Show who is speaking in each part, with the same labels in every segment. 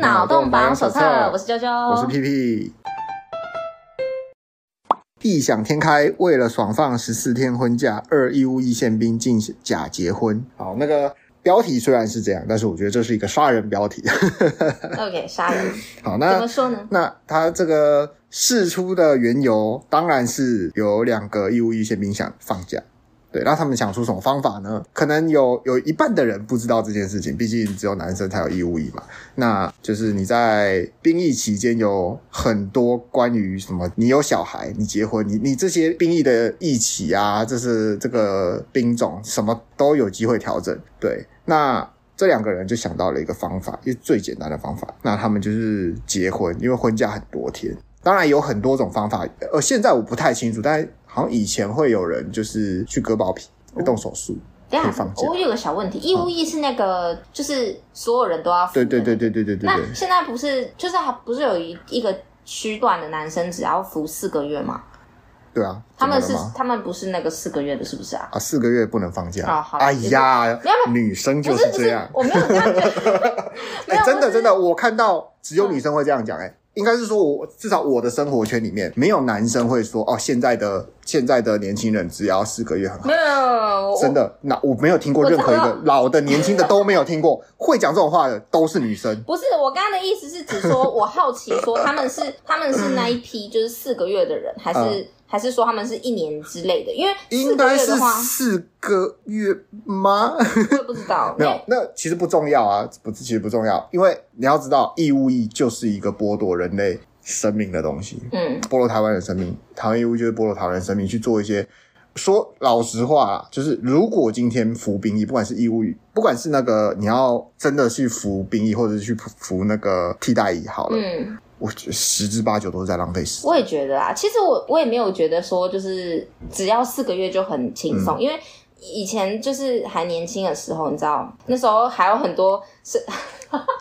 Speaker 1: 脑洞榜手册，我是啾啾，
Speaker 2: 我是屁屁。异想天开，为了爽放十四天婚假，二义乌义宪兵进行假结婚。好，那个标题虽然是这样，但是我觉得这是一个杀人标题。
Speaker 1: OK，杀人
Speaker 2: 好，
Speaker 1: 怎
Speaker 2: 那
Speaker 1: 么说呢？
Speaker 2: 那他这个事出的缘由，当然是有两个义乌义宪兵想放假。对，那他们想出什么方法呢？可能有有一半的人不知道这件事情，毕竟只有男生才有义务役嘛。那就是你在兵役期间有很多关于什么，你有小孩，你结婚，你你这些兵役的役期啊，这是这个兵种什么都有机会调整。对，那这两个人就想到了一个方法，一个最简单的方法，那他们就是结婚，因为婚假很多天。当然有很多种方法，呃，现在我不太清楚，但好像以前会有人就是去割包皮、动手术，
Speaker 1: 等一
Speaker 2: 可以
Speaker 1: 下
Speaker 2: 放，假
Speaker 1: 我有个小问题，义务役是那个，就是所有人都要付
Speaker 2: 对
Speaker 1: 的。
Speaker 2: 对对对对对对对
Speaker 1: 那。现在不是，就是还不是有一一个区段的男生只要服四个月吗？
Speaker 2: 对啊，
Speaker 1: 他们
Speaker 2: 怎
Speaker 1: 是
Speaker 2: 么了吗
Speaker 1: 他们不是那个四个月的，是不是啊？
Speaker 2: 啊，四个月不能放假。
Speaker 1: 哦好
Speaker 2: 哎呀
Speaker 1: 没有没，有
Speaker 2: 女生就
Speaker 1: 不是不
Speaker 2: 这
Speaker 1: 是
Speaker 2: 样，。
Speaker 1: 我没有这样觉得。没
Speaker 2: 哎、
Speaker 1: 有
Speaker 2: 真
Speaker 1: 我
Speaker 2: 的
Speaker 1: 只是嗯
Speaker 2: 真的，我看到只有女生会这样讲、哎、应该是说我至少我的生活圈里面没有男生会说哦，现在的现在的年轻人只要四个月很好。
Speaker 1: 没有没有没有，我
Speaker 2: 真的，那我没有听过
Speaker 1: 我
Speaker 2: 任何一
Speaker 1: 知
Speaker 2: 个
Speaker 1: 道
Speaker 2: 老的、年轻的都没有听过，会讲这种话的都是女生。
Speaker 1: 不是，我刚刚的意思是指说，我好奇说他们是 他们是那一批就是四个月的人，还是、
Speaker 2: 嗯
Speaker 1: 还是说他们是一年之类的？因为四
Speaker 2: 应
Speaker 1: 个
Speaker 2: 该
Speaker 1: 月
Speaker 2: 是
Speaker 1: 的话，
Speaker 2: 四个月 吗？
Speaker 1: 我也不知道。
Speaker 2: 没
Speaker 1: 因
Speaker 2: 有
Speaker 1: 为，
Speaker 2: 那其实不重要啊，不，其实不重要，因为你要知道，义务役就是一个剥夺人类生命的东西，
Speaker 1: 嗯，
Speaker 2: 剥夺台湾人生命，台湾义务就是剥夺台湾人生命去做一些。说老实话啦，就是如果今天服兵役，不管是义务役，不管是那个你要真的去服兵役，或者是去服那个替代役，好了，
Speaker 1: 嗯，
Speaker 2: 我觉得十之八九都是在浪费时间。
Speaker 1: 我也觉得啊。其实我我也没有觉得说就是只要四个月就很轻
Speaker 2: 嗯
Speaker 1: 松，因为以前就是还年轻的时候，你知道，那时候还有很多是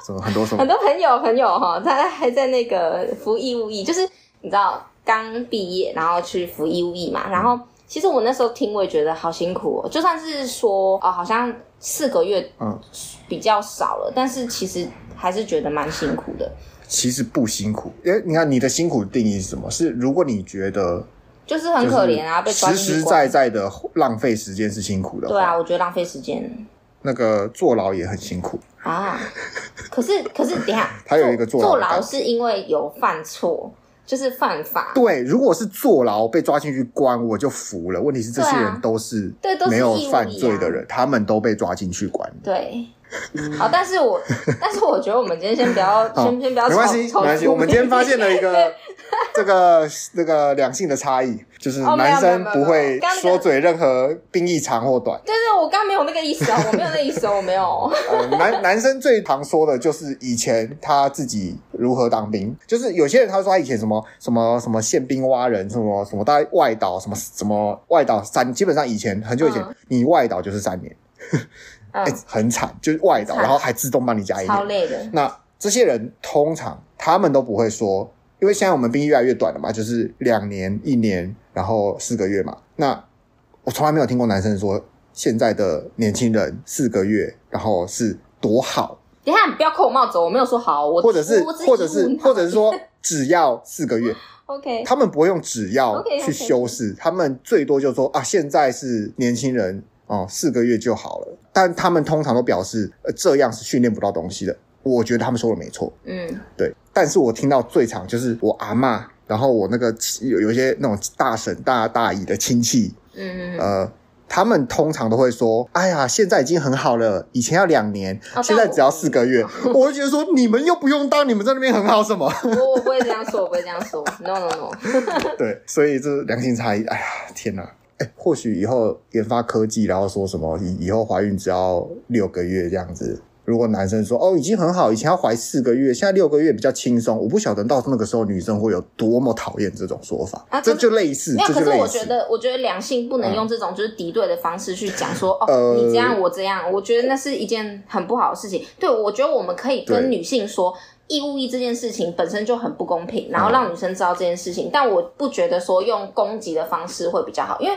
Speaker 2: 什么很多什 么
Speaker 1: 很多朋友朋友哈，他还在那个服义务役，就是你知道刚毕业，然后去服义务役嘛。然后其实我那时候听，我也觉得好辛苦哦。就算是说哦，好像四个月
Speaker 2: 嗯
Speaker 1: 比较少了，但是其实还是觉得蛮辛苦的。
Speaker 2: 其实不辛苦，因为你看你的辛苦定义是什么？是如果你觉得
Speaker 1: 就是很可怜啊，被
Speaker 2: 就是
Speaker 1: 关
Speaker 2: 实
Speaker 1: 进去
Speaker 2: 实
Speaker 1: 关
Speaker 2: 在在的浪费时间是辛苦的，
Speaker 1: 对啊，，我觉得浪费时间
Speaker 2: 那个坐牢也很辛苦，
Speaker 1: 啊。可是可是，等 一下，
Speaker 2: 他有一个坐
Speaker 1: 坐
Speaker 2: 牢的感
Speaker 1: 牢
Speaker 2: 觉
Speaker 1: 是因为有犯错，就是犯法，
Speaker 2: 对，如果是坐牢被抓进去关，我就服了。问题是这些
Speaker 1: 对啊
Speaker 2: 人都是
Speaker 1: 对都是
Speaker 2: 没有
Speaker 1: 义务
Speaker 2: 犯
Speaker 1: 役
Speaker 2: 罪
Speaker 1: 啊
Speaker 2: 的人，他们都被抓进去关。
Speaker 1: 对，好，但是 我但是我觉得我们今天先不要，
Speaker 2: 嗯好
Speaker 1: 先先不要
Speaker 2: 没
Speaker 1: 吵，
Speaker 2: 关系，没
Speaker 1: 吵
Speaker 2: 关系。
Speaker 1: 出
Speaker 2: 我们今天发现了一个 这个那个两性的差异，就是
Speaker 1: 哦没有
Speaker 2: 男
Speaker 1: 没有
Speaker 2: 生
Speaker 1: 没
Speaker 2: 不
Speaker 1: 有
Speaker 2: 会
Speaker 1: 刚刚那个。
Speaker 2: 说嘴任何兵役长或短
Speaker 1: 但是我刚刚没有那个意思哦，我没有那个意思哦，我没 有。
Speaker 2: 呃，男男生最常说的就是以前他自己如何当兵，就是有些人他说他以前什么什么什么宪兵挖人，什么什么在外岛什么什么外岛三，基本上以前很久以前、
Speaker 1: 嗯
Speaker 2: 你外岛就是三年，
Speaker 1: 嗯
Speaker 2: 哎、，很惨，就是外岛，
Speaker 1: 很惨
Speaker 2: 然后还自动帮你加一
Speaker 1: 超
Speaker 2: 年。
Speaker 1: 累的，
Speaker 2: 那这些人通常他们都不会说，因为现在我们兵役越来越短了嘛，就是两年、一年，然后四个月嘛。那我从来没有听过男生说现在的年轻人四个月，然后是多好，
Speaker 1: 等一下你不要扣我帽子哦，我没有说好，我
Speaker 2: 或者是
Speaker 1: 我我只
Speaker 2: 或者是
Speaker 1: 疑惑
Speaker 2: 或者是说只要四个月，
Speaker 1: OK，
Speaker 2: 他们不会用只要
Speaker 1: OK，OK
Speaker 2: 去修饰，他们最多就说啊，现在是年轻人哦，四个月就好了。但他们通常都表示，呃，这样是训练不到东西的。我觉得他们说的没错，
Speaker 1: 嗯，
Speaker 2: 对。但是我听到最常就是我阿嬷，然后我那个亲有有一些那种大婶、大大姨的亲戚，
Speaker 1: 嗯，
Speaker 2: 呃，他们通常都会说：“哎呀，现在已经很好了，以前要两年，
Speaker 1: 哦
Speaker 2: 现在只要四个月。”我就觉得说，你们又不用当，你们在那边很好什么？
Speaker 1: 嗯 我我不会这样说，我不会这样说，no no no，
Speaker 2: 对，所以这良性差异，哎呀，天哪！哎，或许以后研发科技，然后说什么以以后怀孕只要六个月这样子。如果男生说哦已经很好，以前要怀四个月，现在六个月比较轻松，我不晓得到那个时候女生会有多么讨厌这种说法。
Speaker 1: 啊
Speaker 2: 这
Speaker 1: 可是
Speaker 2: 就类似，
Speaker 1: 没有。
Speaker 2: 这
Speaker 1: 可
Speaker 2: 就是类似。嗯
Speaker 1: 我觉得，我觉得两性不能用这种就是敌对的方式去讲说，
Speaker 2: 呃
Speaker 1: 哦，你这样我这样，我觉得那是一件很不好的事情。对，我觉得我们可以
Speaker 2: 对
Speaker 1: 跟女性说。义务役这件事情本身就很不公平，
Speaker 2: 嗯
Speaker 1: 然后让女生知道这件事情，但我不觉得说用攻击的方式会比较好，因为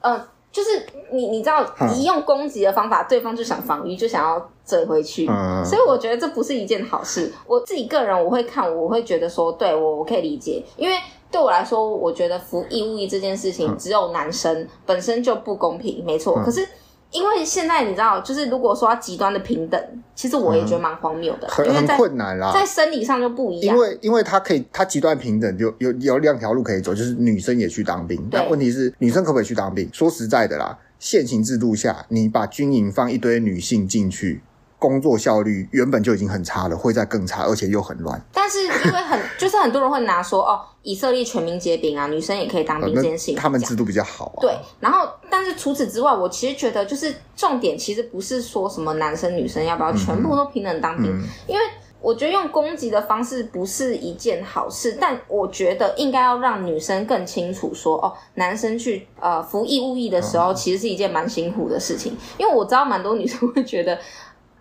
Speaker 1: 呃，就是你你知道，
Speaker 2: 嗯
Speaker 1: 一用攻击的方法，对方就想防御，就想要追回去。
Speaker 2: 嗯
Speaker 1: 所以我觉得这不是一件好事。我自己个人我会看，我会觉得说，对我我可以理解，因为对我来说，我觉得服义务役这件事情，只有男生本身就不公平，没错。
Speaker 2: 嗯
Speaker 1: 可是因为现在你知道，就是如果说要极端的平等，其实我也觉得蛮荒谬的，
Speaker 2: 嗯很
Speaker 1: 因为
Speaker 2: 很
Speaker 1: 在
Speaker 2: 困难啦。
Speaker 1: 在生理上就不一
Speaker 2: 因
Speaker 1: 样。
Speaker 2: 为因为他可以，他极端平等有有有两条路可以走，就是女生也去当兵。
Speaker 1: 对
Speaker 2: 但问题是，女生可不可以去当兵？说实在的啦，现行制度下，你把军营放一堆女性进去，工作效率原本就已经很差了，会再更差，而且又很乱。
Speaker 1: 但是因为很 就是很多人会拿说哦，以色列全民皆兵啊，女生也可以当
Speaker 2: 呃
Speaker 1: 兵这件事情，
Speaker 2: 那他们制度比较好啊。
Speaker 1: 对，然后但是除此之外，我其实觉得就是重点，其实不是说什么男生女生要不要全部都平等当兵，
Speaker 2: 嗯
Speaker 1: 因为我觉得用攻击的方式不是一件好事，但我觉得应该要让女生更清楚说，哦，男生去呃服义务役的时
Speaker 2: 哦
Speaker 1: 候，其实是一件蛮辛苦的事情，因为我知道蛮多女生会觉得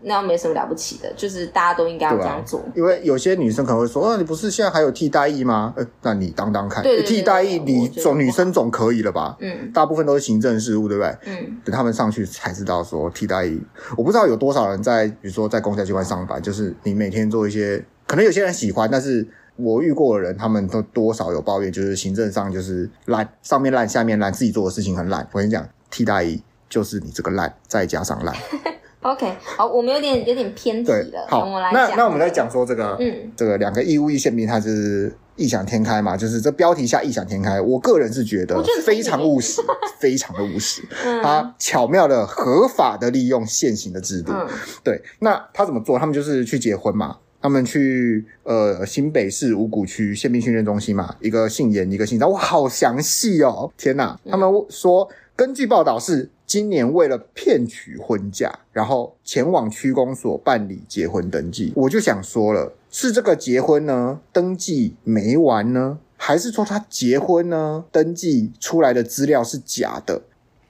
Speaker 1: 那又没什么了不起的，就是大家都应该要
Speaker 2: 对
Speaker 1: 这
Speaker 2: 啊
Speaker 1: 样做。
Speaker 2: 因为有些女生可能会说：“啊，你不是现在还有替代役吗？”呃，那你当当看，
Speaker 1: 对对对
Speaker 2: 替代役
Speaker 1: 对对
Speaker 2: 你
Speaker 1: 我觉得
Speaker 2: 总
Speaker 1: 不好
Speaker 2: 女生总可以了吧？
Speaker 1: 嗯
Speaker 2: 大部分都是行政事务，对不对？
Speaker 1: 嗯，
Speaker 2: 等他们上去才知道说替代役，我不知道有多少人在，比如说在公家机关上班，就是你每天做一些，可能有些人喜欢，但是我遇过的人，他们都多少有抱怨，就是行政上就是烂，上面烂，下面烂，自己做的事情很烂。我跟你讲，替代役就是你这个烂，再加 上烂。
Speaker 1: OK，好，我们有点有点偏题
Speaker 2: 对
Speaker 1: 了，，
Speaker 2: 好
Speaker 1: 我们来，
Speaker 2: 那
Speaker 1: 讲，
Speaker 2: 那我们再，讲说这个，
Speaker 1: 嗯
Speaker 2: 这个两 E 个义务役宪兵，它就是异想天开嘛，就是这标题下异想天开。我个人是觉得
Speaker 1: 我觉得很
Speaker 2: 非常
Speaker 1: 聪明
Speaker 2: 务实，非常的务实。
Speaker 1: 嗯
Speaker 2: 他巧妙的、合法的利用现行的制度。
Speaker 1: 嗯
Speaker 2: 对，那他怎么做？他们就是去结婚嘛，他们去呃新北市五股区宪兵训练中心嘛，一个姓严，一个姓张，哇，好详细哦！天哪，
Speaker 1: 嗯
Speaker 2: 他们说，根据报道是今年为了骗取婚假，然后前往区公所办理结婚登记。我就想说了，是这个结婚呢，登记没完呢？还是说他结婚呢，登记出来的资料是假的？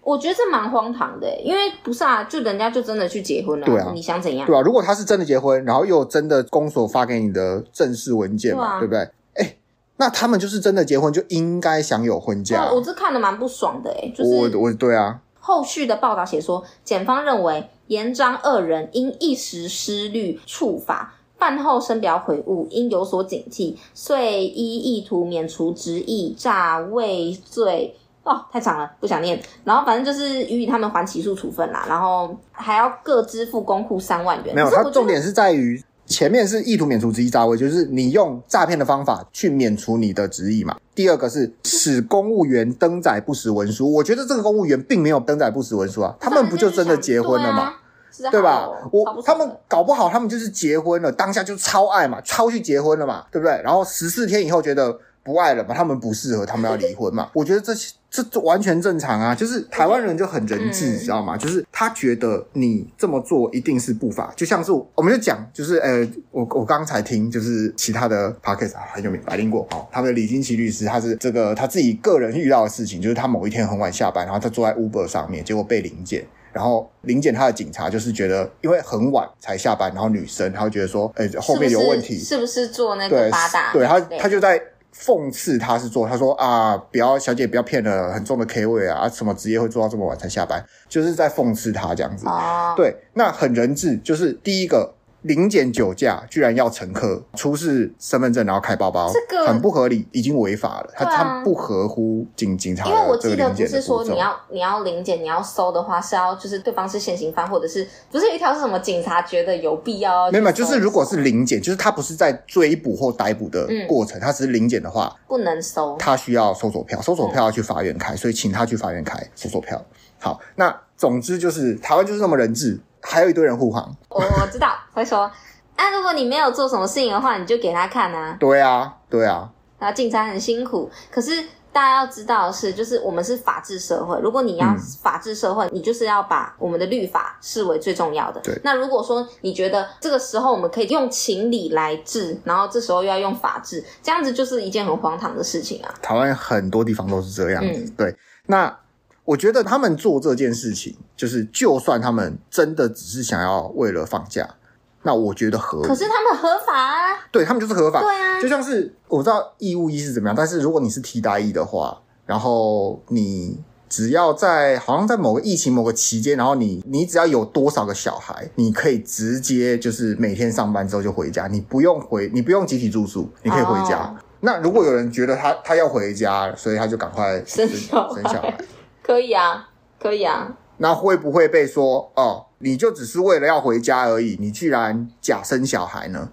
Speaker 1: 我觉得这蛮荒唐的，因为不是啊，就人家就真的去结婚了，
Speaker 2: 对啊
Speaker 1: 你想怎样
Speaker 2: 对？吧、如果他是真的结婚，然后又有真的公所发给你的正式文件
Speaker 1: 对
Speaker 2: 嘛，
Speaker 1: 啊
Speaker 2: 对不对？哎，那他们就是真的结婚，就应该享有婚假。
Speaker 1: 哦哇我这看的蛮不爽的哎，就
Speaker 2: 我
Speaker 1: 是
Speaker 2: 我对啊，
Speaker 1: 后续的报道写说，检方认为严章二人因一时失律处罚，犯后深表悔悟，应有所警惕，遂依意图免除职役、诈畏罪。哦，太长了，不想念。然后反正就是予以他们还起诉处分啦，然后还要各支付公库三万元。
Speaker 2: 没有，
Speaker 1: 可是
Speaker 2: 他
Speaker 1: 我觉得
Speaker 2: 重点是在于前面是意图免除职役诈伪，就是你用诈骗的方法去免除你的职役嘛。第二个是使公务员登载不实文书，我觉得这个公务员并没有登载不实文书啊，他们不就真的结婚了吗？
Speaker 1: 对啊？
Speaker 2: 对吧？我
Speaker 1: 我
Speaker 2: 他们搞不好，他们就是结婚了，当下就超爱嘛，超去结婚了嘛，对不对？然后十四天以后觉得不爱了嘛，他们不适合，他们要离婚嘛。我觉得这些这这完全正常啊，就是台湾人就很人治，
Speaker 1: 嗯
Speaker 2: 你知道吗？就是他觉得你这么做一定是不法，就像是我我们就讲，就是呃，我我刚才听就是其他的 p o c k e t 啊，很有名白灵果哦，他们的李金奇律师，他是这个他自己个人遇到的事情，就是他某一天很晚下班，然后他坐在 Uber 上面，结果被临检。然后临检他的警察就是觉得，因为很晚才下班，然后女生，她会觉得说，哎、后面有问题，
Speaker 1: 是不是做那个
Speaker 2: 对
Speaker 1: 八大？
Speaker 2: 对，他他就在讽刺他是做，他说啊，不要小姐不要骗了，很重的 K 位啊，啊什么职业会做到这么晚才下班，就是在讽刺他这样子。
Speaker 1: 哦，
Speaker 2: 对，那很人质，就是第一个零检酒驾，居然要乘客出示身份证，然后开包包，
Speaker 1: 这个
Speaker 2: 很不合理，已经违法了，他、
Speaker 1: 对啊
Speaker 2: 他不合乎警警察
Speaker 1: 因为我
Speaker 2: 的这
Speaker 1: 记得
Speaker 2: 个零
Speaker 1: 不
Speaker 2: 检
Speaker 1: 是
Speaker 2: 的
Speaker 1: 说
Speaker 2: 步骤
Speaker 1: 你。要你要零检，你要搜的话是要就是对方是现行犯，或者是不是有一条是什么警察觉得有必要要去
Speaker 2: 没有，没有
Speaker 1: 搜
Speaker 2: 就是如果是零检，就是他不是在追捕或逮捕的
Speaker 1: 嗯哦
Speaker 2: 过程，他只是零检的话，
Speaker 1: 不能搜，
Speaker 2: 他需要搜索票，搜
Speaker 1: 哦
Speaker 2: 索票要去法院开，所以请他去法院开搜索票。好，那总之就是台湾就是那么人质，还有一堆人护航。
Speaker 1: 我我知道会说。啊，如果你没有做什么事情的话，你就给他看啊。
Speaker 2: 对啊，对啊，
Speaker 1: 然后警察很辛苦，可是大家要知道的是，就是我们是法治社会。如果你要
Speaker 2: 嗯
Speaker 1: 法治社会，你就是要把我们的律法视为最重要的。
Speaker 2: 对
Speaker 1: 那如果说你觉得这个时候我们可以用情理来治，然后这时候又要用法治，这样子就是一件很荒唐的事情啊。
Speaker 2: 台湾很多地方都是这样子。
Speaker 1: 嗯
Speaker 2: 对，那我觉得他们做这件事情，就是就算他们真的只是想要为了放假，那我觉得合理。
Speaker 1: 可是他们合法啊，
Speaker 2: 对他们就是合法，
Speaker 1: 对啊
Speaker 2: 就像是我不知道义务役是怎么样，但是如果你是替代役的话，然后你只要在好像在某个疫情某个期间，然后你你只要有多少个小孩，你可以直接就是每天上班之后就回家，你不用回，你不用集体住宿，你可以回家。
Speaker 1: 哦
Speaker 2: 那如果有人觉得他他要回家，所以他就赶快
Speaker 1: 生
Speaker 2: 就是
Speaker 1: 小
Speaker 2: 生小
Speaker 1: 孩
Speaker 2: 孩，
Speaker 1: 可以啊，可以啊，
Speaker 2: 那会不会被说哦，你就只是为了要回家而已，你居然假生小孩呢？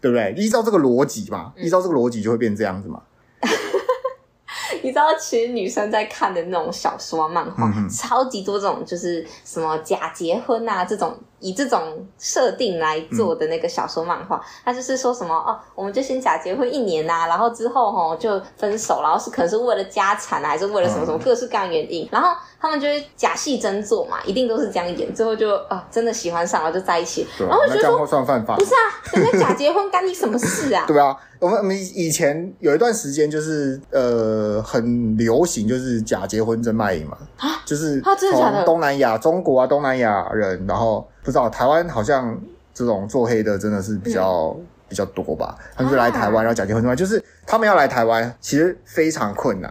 Speaker 2: 对不对？依照这个逻辑嘛，
Speaker 1: 嗯
Speaker 2: 依照这个逻辑就会变这样子嘛。
Speaker 1: 你知道，其实女生在看的那种小说、漫画，
Speaker 2: 嗯哼
Speaker 1: 超级多这种，就是什么假结婚啊，这种以这种设定来做的那个小说、漫画，它就是说什么哦，我们就先假结婚一年呐、然后之后哦就分手，然后是可能是为了家产啊，还是为了什么什么各式各样的原因，然后他们就会假戏真做嘛，一定都是这样演，最后就啊、真的喜欢上了就在一起，
Speaker 2: 对
Speaker 1: 然
Speaker 2: 啊吧
Speaker 1: 后？我
Speaker 2: 那
Speaker 1: 就觉
Speaker 2: 这
Speaker 1: 得
Speaker 2: 样
Speaker 1: 说
Speaker 2: 会算犯法
Speaker 1: 不？是啊，人家假结婚干你什么事 啊？
Speaker 2: 对啊，我们我们以前有一段时间就是呃很流行，就是假结婚真卖淫嘛，就是
Speaker 1: 啊真的假的
Speaker 2: 从东南亚、中国啊、东南亚人，然后不知道台湾好像这种做黑的真的是比较、
Speaker 1: 嗯
Speaker 2: 比较多吧，他
Speaker 1: 啊
Speaker 2: 们就来台湾，然后假结婚真卖，就是他们要来台湾其实非常困难。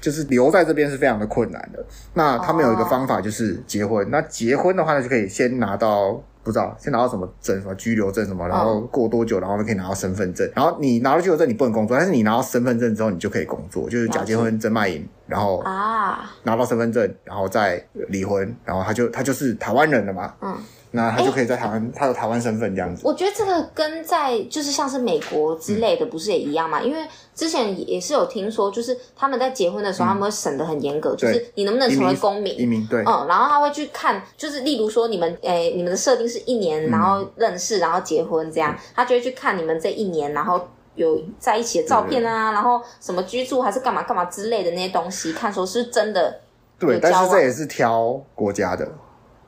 Speaker 2: 就是留在这边是非常的困难的。那他们
Speaker 1: 哦
Speaker 2: 有一个方法就是结婚。那结婚的话呢，就可以先拿到不知道先拿到什么证，什么居留证什么，然后过多久，然后就可以拿到身份证。然后你拿到居留证，你不能工作，但是你拿到身份证之后，你就可以工作，就是假结婚真卖淫，然后
Speaker 1: 啊，
Speaker 2: 拿到身份证，然后再离婚，然后他就他就是台湾人了嘛，
Speaker 1: 嗯，
Speaker 2: 那他就可以在台湾，他有台湾身份这样子。
Speaker 1: 我觉得这个跟在就是像是美国之类的，不是也一样
Speaker 2: 嗯
Speaker 1: 嘛？因为之前也是有听说，就是他们在结婚的时候，他们会审的很严格，就是你能不能
Speaker 2: 移
Speaker 1: 成为
Speaker 2: 民
Speaker 1: 公
Speaker 2: 嗯移
Speaker 1: 民。
Speaker 2: 民对，
Speaker 1: 嗯，然后他会去看，就是例如说你们，诶、你们的设定是一
Speaker 2: 嗯
Speaker 1: 年，然后认识，然后结婚这样，他就会去看你们这一年，然后有在一起的照片
Speaker 2: 嗯
Speaker 1: 啊，然后什么居住还是干嘛干嘛之类的那些东西，看说是不是真的
Speaker 2: 对
Speaker 1: 有，
Speaker 2: 但
Speaker 1: 交
Speaker 2: 是
Speaker 1: 往
Speaker 2: 这也是挑国家的。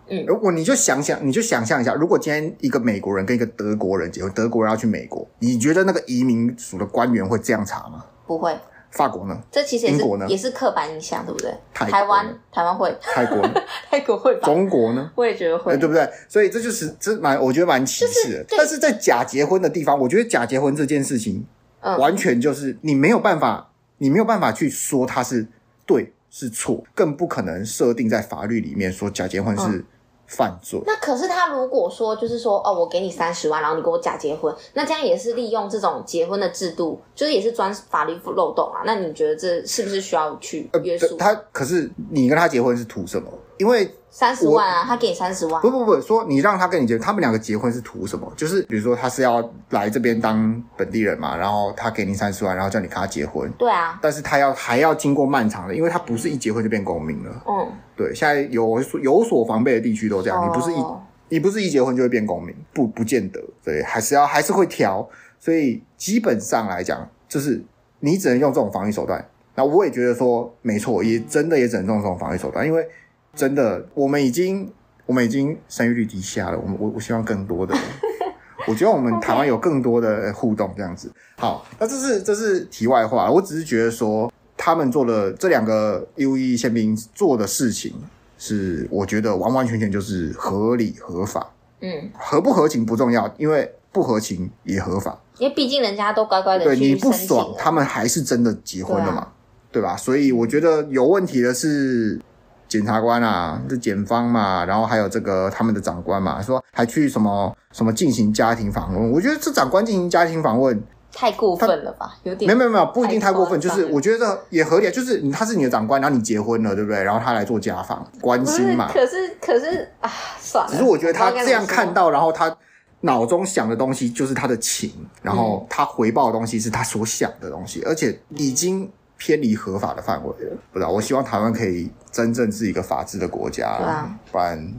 Speaker 1: 嗯
Speaker 2: 如果你就想想，你就想象一下，如果今天一个美国人跟一个德国人结婚，德国人要去美国，你觉得那个移民署的官员会这样查吗？
Speaker 1: 不会。
Speaker 2: 法国呢？
Speaker 1: 这其实也
Speaker 2: 英国呢
Speaker 1: 是也是刻板印象，对不对？
Speaker 2: 泰国
Speaker 1: 台湾
Speaker 2: 呢
Speaker 1: 台湾会，
Speaker 2: 泰国 呢？
Speaker 1: 泰国会吧？
Speaker 2: 中国呢？
Speaker 1: 我也觉得会
Speaker 2: 呃，。对不对？所以这就是这蛮，我觉得蛮歧视的。
Speaker 1: 对
Speaker 2: 但是在假结婚的地方，我觉得假结婚这件事情，
Speaker 1: 嗯
Speaker 2: 完全就是你没有办法，你没有办法去说它是对是错，更不可能设定在法律里面说假结婚
Speaker 1: 嗯
Speaker 2: 是犯罪。
Speaker 1: 那可是他如果说就是说哦，我给你三十万，然后你跟我假结婚，那这样也是利用这种结婚的制度，就是也是钻法律漏洞啊。那你觉得这是不是需要去约
Speaker 2: 对
Speaker 1: 束？
Speaker 2: 呃他可是你跟他结婚是图什么？因为
Speaker 1: 三十万啊，他给你三十万
Speaker 2: 不，不不，说你让他跟你结，他们两个结婚是图什么？就是比如说他是要来这边当本地人嘛，然后他给你三十万，然后叫你跟他结婚，
Speaker 1: 对啊，
Speaker 2: 但是他要还要经过漫长的，因为他不是一结婚就变公民了。
Speaker 1: 嗯，
Speaker 2: 对，现在有有所防备的地区都这样，你不是一
Speaker 1: 哦
Speaker 2: 你不是一结婚就会变公民，不不见得，对，还是要还是会调，所以基本上来讲，就是你只能用这种防御手段。那我也觉得说，没错，也真的也只能用这种防御手段，因为真的我们已经我们已经生育率低下了，我们我我希望更多的， 我觉得我们台湾有更多的互动这样子。好，那这是这是题外话，我只是觉得说他们做的这两个 U E 宪兵做的事情是，我觉得完完全全就是合理合法，
Speaker 1: 嗯，
Speaker 2: 合不合情不重要，因为不合情也合法。
Speaker 1: 因为毕竟人家都乖乖的
Speaker 2: 对你
Speaker 1: 去
Speaker 2: 不
Speaker 1: 申请
Speaker 2: 爽，
Speaker 1: 了，
Speaker 2: 他们还是真的结婚了
Speaker 1: 对啊
Speaker 2: 嘛，对吧？所以我觉得有问题的是检察官啊，这检方嘛，然后还有这个他们的长官嘛，说还去什么什么进行家庭访问，我觉得这长官进行家庭访问
Speaker 1: 太过分了吧？有点
Speaker 2: 没有没有没有，不一定太过分，
Speaker 1: 太
Speaker 2: 就
Speaker 1: 夸张
Speaker 2: 是我觉得也合理啊，就是你他是你的长官，然后你结婚了，对不对？然后他来做家访关
Speaker 1: 不
Speaker 2: 心
Speaker 1: 是，
Speaker 2: 嘛。
Speaker 1: 可是可是啊，算了。
Speaker 2: 只是我觉得他
Speaker 1: 不知道该
Speaker 2: 这样
Speaker 1: 怎么
Speaker 2: 看
Speaker 1: 说，
Speaker 2: 到，然后他脑中想的东西就是他的情，然
Speaker 1: 嗯
Speaker 2: 后他回报的东西是他所想的东西，而且已经偏离合法的范围了。不知道，我希望台湾可以真正是一个法治的国家，
Speaker 1: 对啊
Speaker 2: 不然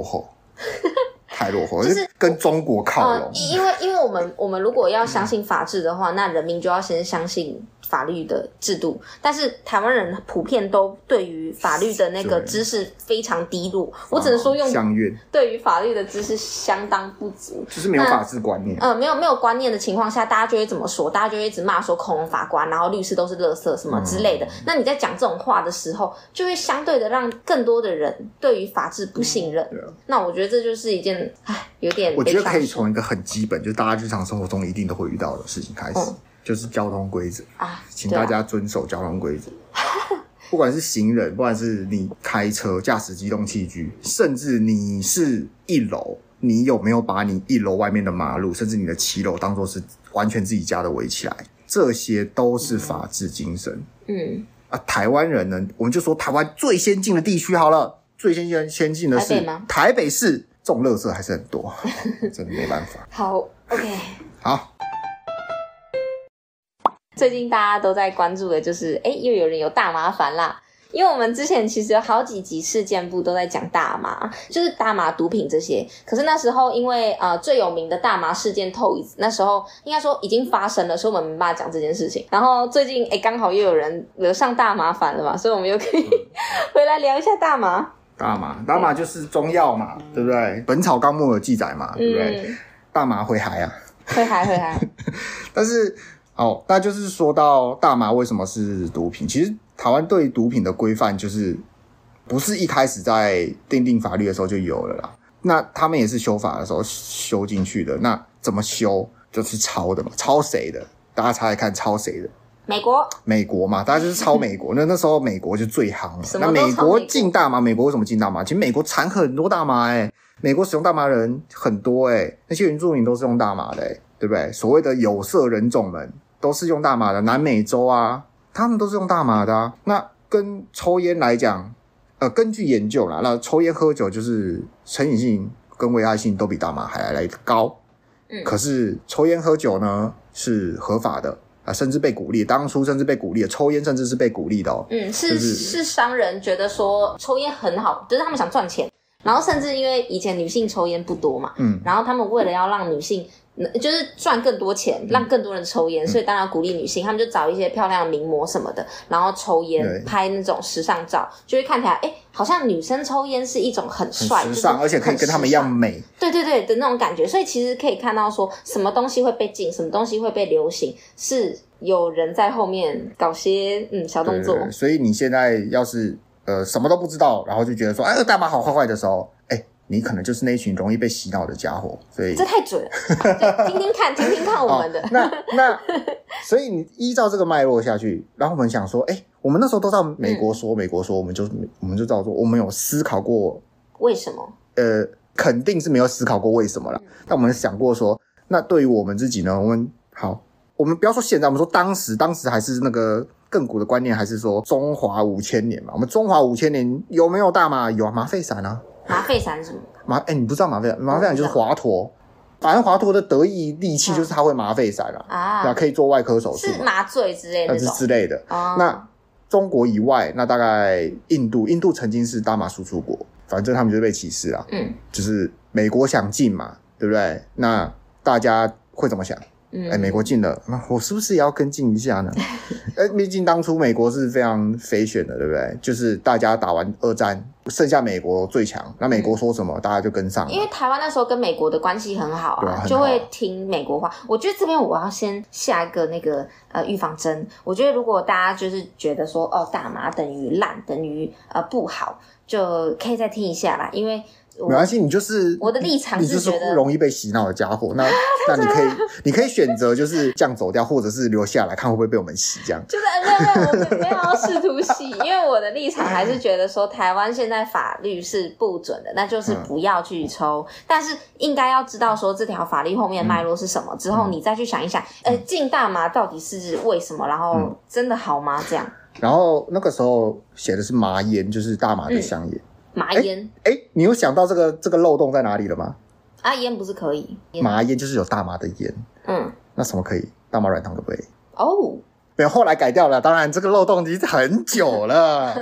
Speaker 2: 后，太落后，
Speaker 1: 就是
Speaker 2: 跟中国靠
Speaker 1: 嗯
Speaker 2: 拢，。
Speaker 1: 因因为因为我们我们如果要相信法治的话，那人民就要先相信法律的制度。但是台湾人普遍都对于法律的那个
Speaker 2: 对哦
Speaker 1: 知识非常低落，我只能说用
Speaker 2: 相怨，
Speaker 1: 对于法律的知识相当不足。
Speaker 2: 就是没有
Speaker 1: 那
Speaker 2: 法治观念。
Speaker 1: 呃，没有没有观念的情况下，大家就会怎么说？大家就会一直骂说恐龙法官，然后律师都是垃圾什么之类的。
Speaker 2: 嗯
Speaker 1: 那你在讲这种话的时候，就会相对的让更多的人对于法治不信任。
Speaker 2: 对啊
Speaker 1: 那我觉得这就是一件，唉，有点
Speaker 2: 我
Speaker 1: 悲
Speaker 2: 觉得可以
Speaker 1: 伤
Speaker 2: 从一个很基本，就是大家日常生活中一定都会遇到的事情开始，
Speaker 1: 嗯
Speaker 2: 就是交通规则，
Speaker 1: 啊，
Speaker 2: 请
Speaker 1: 对啊
Speaker 2: 大家遵守交通规则。 不管是行人，不管是你开车、驾驶机动器具，甚至你是一楼，你有没有把你一楼外面的马路，甚至你的骑楼当做是完全自己家的围起来？这些都是法治精神。
Speaker 1: 嗯，
Speaker 2: 啊，台湾人呢，我们就说台湾最先进的地区好了，最先进先进的是
Speaker 1: 台北吗
Speaker 2: 台北市，这种垃圾还是很多， 真的没办法。
Speaker 1: 好，OK。
Speaker 2: 好，
Speaker 1: 最近大家都在关注的就是，哎、又有人有大麻烦啦。因为我们之前其实有好几集事件部都在讲大麻，就是大麻毒品这些。可是那时候因为呃最有名的大麻事件透 o 那时候应该说已经发生了，所以我们没办法讲这件事情。然后最近哎刚、好又有人惹上大麻烦了嘛，所以我们又可以 回来聊一下大麻。
Speaker 2: 大麻，大麻就是中药嘛，对不对？《本草纲目》有记载嘛，对不对？
Speaker 1: 嗯，
Speaker 2: 大麻会嗨啊，
Speaker 1: 会嗨会嗨，
Speaker 2: 但是哦，那就是说到大麻为什么是毒品，其实台湾对毒品的规范就是不是一开始在定定法律的时候就有了啦。那他们也是修法的时候修进去的。那怎么修？就是抄的嘛，抄谁的？大家猜猜看，抄谁的？
Speaker 1: 美国
Speaker 2: 美国嘛，大家就是抄美 国。那那时候美国就最夯嘛。
Speaker 1: 什么
Speaker 2: 那
Speaker 1: 都
Speaker 2: 美
Speaker 1: 抄美
Speaker 2: 国
Speaker 1: 国
Speaker 2: 禁大麻，美国为什么禁大麻？其实美国产很多大麻哎、美国使用大麻的人很多哎、那些原住民都是用大麻的哎、对不对？所谓的有色人种们都是用大麻的，南美洲啊，他们都是用大麻的啊。那跟抽烟来讲，呃，根据研究啦，那抽烟喝酒就是成瘾性跟危害性都比大麻还来得高。
Speaker 1: 嗯
Speaker 2: 可是抽烟喝酒呢是合法的啊，甚至被鼓励，当初甚至被鼓励，抽烟甚至是被鼓励的哦。
Speaker 1: 嗯，
Speaker 2: 就是是
Speaker 1: 是商人觉得说抽烟很好，就是他们想赚钱，然后甚至因为以前女性抽烟不多嘛，
Speaker 2: 嗯，
Speaker 1: 然后他们为了要让女性呃就是赚更多钱，让更多人抽
Speaker 2: 嗯
Speaker 1: 烟，所以当然鼓励女性，他们就找一些漂亮的名模什么的，然后抽
Speaker 2: 对
Speaker 1: 烟拍那种时尚照，就会看起来哎，好像女生抽烟是一种很
Speaker 2: 很
Speaker 1: 帅，
Speaker 2: 时
Speaker 1: 就
Speaker 2: 尚，
Speaker 1: 是
Speaker 2: 而且可以
Speaker 1: 很
Speaker 2: 跟他们
Speaker 1: 时
Speaker 2: 一样
Speaker 1: 尚
Speaker 2: 美。
Speaker 1: 对对对的那种感觉，所以其实可以看到说什么东西会被禁，什么东西会被流行，是有人在后面搞些嗯小动
Speaker 2: 对
Speaker 1: 作。
Speaker 2: 对对所以你现在要是呃什么都不知道，然后就觉得说哎大麻好坏坏的时候，哎，你可能就是那一群容易被洗脑的家伙。所以
Speaker 1: 这太 准了，就听听看，听听看我们的
Speaker 2: 哦、。 那那，所以你依照这个脉络下去，然后我们想说，哎、我们那时候都到美国说，美国说，我们就我们就照做，我们有思考过，
Speaker 1: 为什么？
Speaker 2: 呃，肯定是没有思考过为什么啦。但我们想过说，那对于我们自己呢，我们好，我们不要说现在，我们说当时，当时还是那个。亘古的观念还是说中华五千年嘛，我们中华五千年有没有大麻？有啊，麻沸散啊，
Speaker 1: 麻沸散是什么？
Speaker 2: 麻哎、你不知道麻沸散，麻沸散就是华佗，反正华佗的得意利器就是他会麻沸散啊，对啊，
Speaker 1: 啊，
Speaker 2: 可以做外科手术
Speaker 1: 是
Speaker 2: 嘛。
Speaker 1: 麻醉之类
Speaker 2: 那
Speaker 1: 那
Speaker 2: 是
Speaker 1: 种。
Speaker 2: 呃之类的。
Speaker 1: 哦，
Speaker 2: 那中国以外，那大概印度，印度曾经是大麻输出国，反正他们就被歧视啊。
Speaker 1: 嗯
Speaker 2: 就是美国想进嘛，对不对？那大家会怎么想？
Speaker 1: 嗯，
Speaker 2: 哎，美国进了，那我是不是也要跟进 一下呢？哎，毕竟当初美国是非常非选的，对不对？就是大家打完二战，剩下美国最强，那美国说什么，大家就跟上了。
Speaker 1: 嗯因为台湾那时候跟美国的关系很好
Speaker 2: 对啊很
Speaker 1: 啊，
Speaker 2: 好
Speaker 1: 就会听美国话。我觉得这边我要先下一个那个呃预防针。我觉得如果大家就是觉得说哦大麻等于烂等于呃不好，就可以再听一下啦，因为我
Speaker 2: 没关系，你就是
Speaker 1: 我的立场
Speaker 2: 你
Speaker 1: 是
Speaker 2: 就是
Speaker 1: 觉得
Speaker 2: 容易被洗脑的家 伙。那那你可以，你可以选择就是这样走掉，或者是留下来看会不会被我们洗这样。
Speaker 1: 就是没有没有，我们没有要试图洗，因为我的立场还是觉得说，台湾现在法律是不准的，那就是
Speaker 2: 嗯
Speaker 1: 不要去抽。但是应该要知道说这条法律后
Speaker 2: 嗯
Speaker 1: 面的脉络是什么，之后你再去想一想，呃，禁大麻到底是为什么，然
Speaker 2: 嗯
Speaker 1: 后真的好吗？这样
Speaker 2: 然后那个时候写的是麻烟，就是大麻
Speaker 1: 嗯
Speaker 2: 的香烟。
Speaker 1: 麻烟、
Speaker 2: 哎、你有想到这个这个漏洞在哪里了吗？
Speaker 1: 啊，烟不是可以？烟
Speaker 2: 麻烟就是有大麻的烟，
Speaker 1: 嗯，
Speaker 2: 那什么可以？大麻软糖可不可以？
Speaker 1: 哦，
Speaker 2: 没有，后来改掉了。当然，这个漏洞已经很 久了。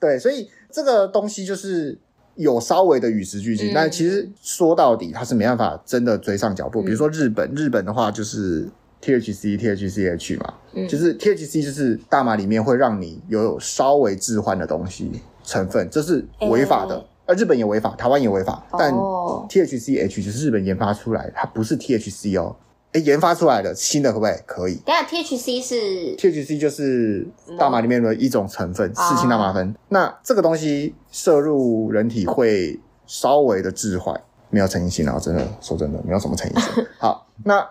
Speaker 2: 对，所以这个东西就是有稍微的与时俱进，
Speaker 1: 嗯
Speaker 2: 但其实说到底，它是没办法真的追上脚步。
Speaker 1: 嗯
Speaker 2: 比如说日本，日本的话就是 THC、THCH 嘛，
Speaker 1: 嗯
Speaker 2: 就是 THC 就是大麻里面会让你有稍微置换的东西成分，这是违法的
Speaker 1: 哎。
Speaker 2: 呃，日本也违法，台湾也违法，但
Speaker 1: 哦
Speaker 2: THCH 就是日本研发出来的，它不是 THC 哦。哎，研发出来的新的可不可以？可以。
Speaker 1: 等一下 THC 是
Speaker 2: THC 就是大麻里面的一种成分，四氢大麻酚。那这个东西摄入人体会稍微的致坏，没有成瘾性啊，真的说真的没有什么成瘾性。好，那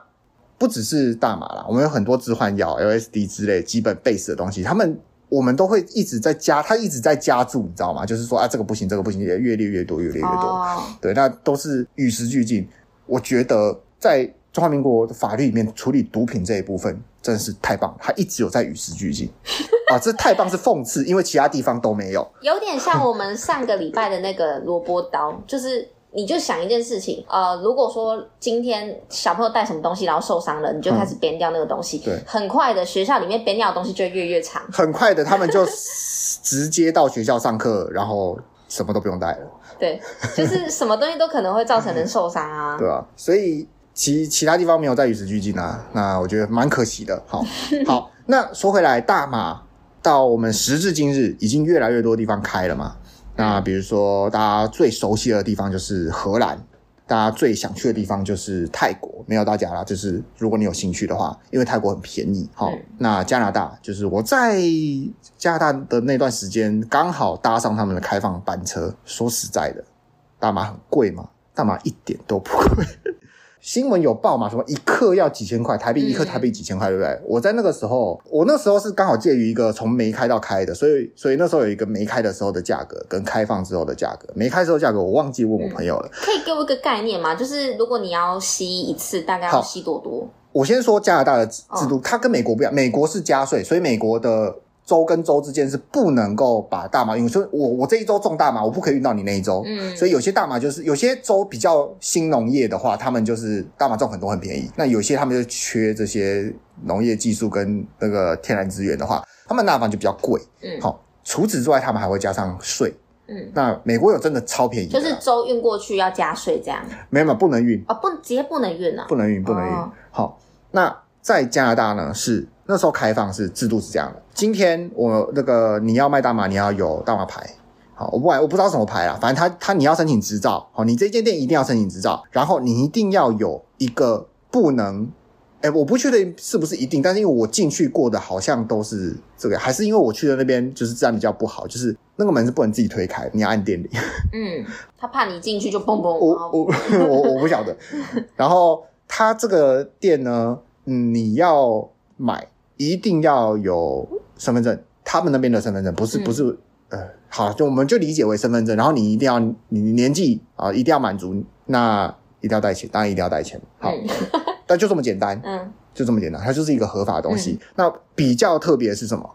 Speaker 2: 不只是大麻啦，我们有很多致幻药、LSD 之类基本 base 的东西，他们我们都会一直在加，它一直在加注，你知道吗？就是说啊，这个不行，这个不行，也越列越多，越列越多。
Speaker 1: 哦，
Speaker 2: 对，那都是与时俱进。我觉得在中华民国的法律里面处理毒品这一部分真是太棒了，它一直有在与时俱进啊，这太棒是讽刺，因为其他地方都没有。
Speaker 1: 有点像我们上个礼拜的那个萝卜刀，就是你就想一件事情，呃，如果说今天小朋友带什么东西然后受伤了，你就开始编掉那个东西，
Speaker 2: 对
Speaker 1: 很快的学校里面编掉的东西就会越来越 长。
Speaker 2: 很快的，他们就直接到学校上课，然后什么都不用带了，
Speaker 1: 对，就是什么东西都可能会造成人受伤啊。
Speaker 2: 对吧、所以其其他地方没有在与时俱进啊，那我觉得蛮可惜的。好，好，那说回来，大麻到我们时至今日，已经越来越多地方开了嘛。那比如说，大家最熟悉的地方就是荷兰，大家最想去的地方就是泰国，没有大家啦，就是如果你有兴趣的话，因为泰国很便宜。好、
Speaker 1: 嗯
Speaker 2: 那加拿大就是我在加拿大的那段时间，刚好搭上他们的开放班车。说实在的，大麻很贵吗？大麻一点都不贵。 新闻有报嘛？什么一克要几千块台币，一克
Speaker 1: 嗯
Speaker 2: 台币几千块，对不对？我在那个时候，我那时候是刚好介于一个从没开到开的，所以所以那时候有一个没开的时候的价格跟开放之后的价格。没开之后价格我忘记问我朋友了，
Speaker 1: 可以给我一个概念吗？就是如果你要吸一次，大概
Speaker 2: 好
Speaker 1: 要吸多多？
Speaker 2: 我先说加拿大的制
Speaker 1: 哦
Speaker 2: 制度，它跟美国不一样，美国是加税，所以美国的州跟州之间是不能够把大麻运，所以我我这一周种大麻，我不可以运到你那一周。
Speaker 1: 嗯，
Speaker 2: 所以有些大麻就是有些州比较新农业的话，他们就是大麻种很多很便宜。那有些他们就缺这些农业技术跟那个天然资源的话，他们那方就比较贵。
Speaker 1: 嗯
Speaker 2: 好、除此之外，他们还会加上税。
Speaker 1: 嗯，
Speaker 2: 那美国有真的超便宜的
Speaker 1: 就
Speaker 2: 啦，
Speaker 1: 是周运过去要加税这样
Speaker 2: 没有没有不能运，
Speaker 1: 啊、不直接不能运啊。
Speaker 2: 不能运，不能运。
Speaker 1: 哦
Speaker 2: 好，那在加拿大呢，是那时候开放是制度是这样的。今天我那个你要卖大麻，你要有大麻牌。好，我不管我不知道什么牌啦，反正他他你要申请执照。好，你这间店一定要申请执照，然后你一定要有一个不能。哎、我不确定是不是一定，但是因为我进去过的好像都是这个，还是因为我去的那边就是治安比较不好，就是那个门是不能自己推开，你要按电铃。
Speaker 1: 嗯，他怕你进去就蹦蹦，然
Speaker 2: 我
Speaker 1: 后
Speaker 2: 我我 我不晓得。然后他这个店呢，嗯，你要买一定要有身份证，他们那边的身份证不是
Speaker 1: 嗯
Speaker 2: 不是、呃，好，就我们就理解为身份证。然后你一定要你年纪啊、一定要满足，那一定要带钱，当然一定要带钱。好，
Speaker 1: 嗯
Speaker 2: 但就这么简单。
Speaker 1: 嗯
Speaker 2: 就这么简单，它就是一个合法的东西。那比较特别的是什么？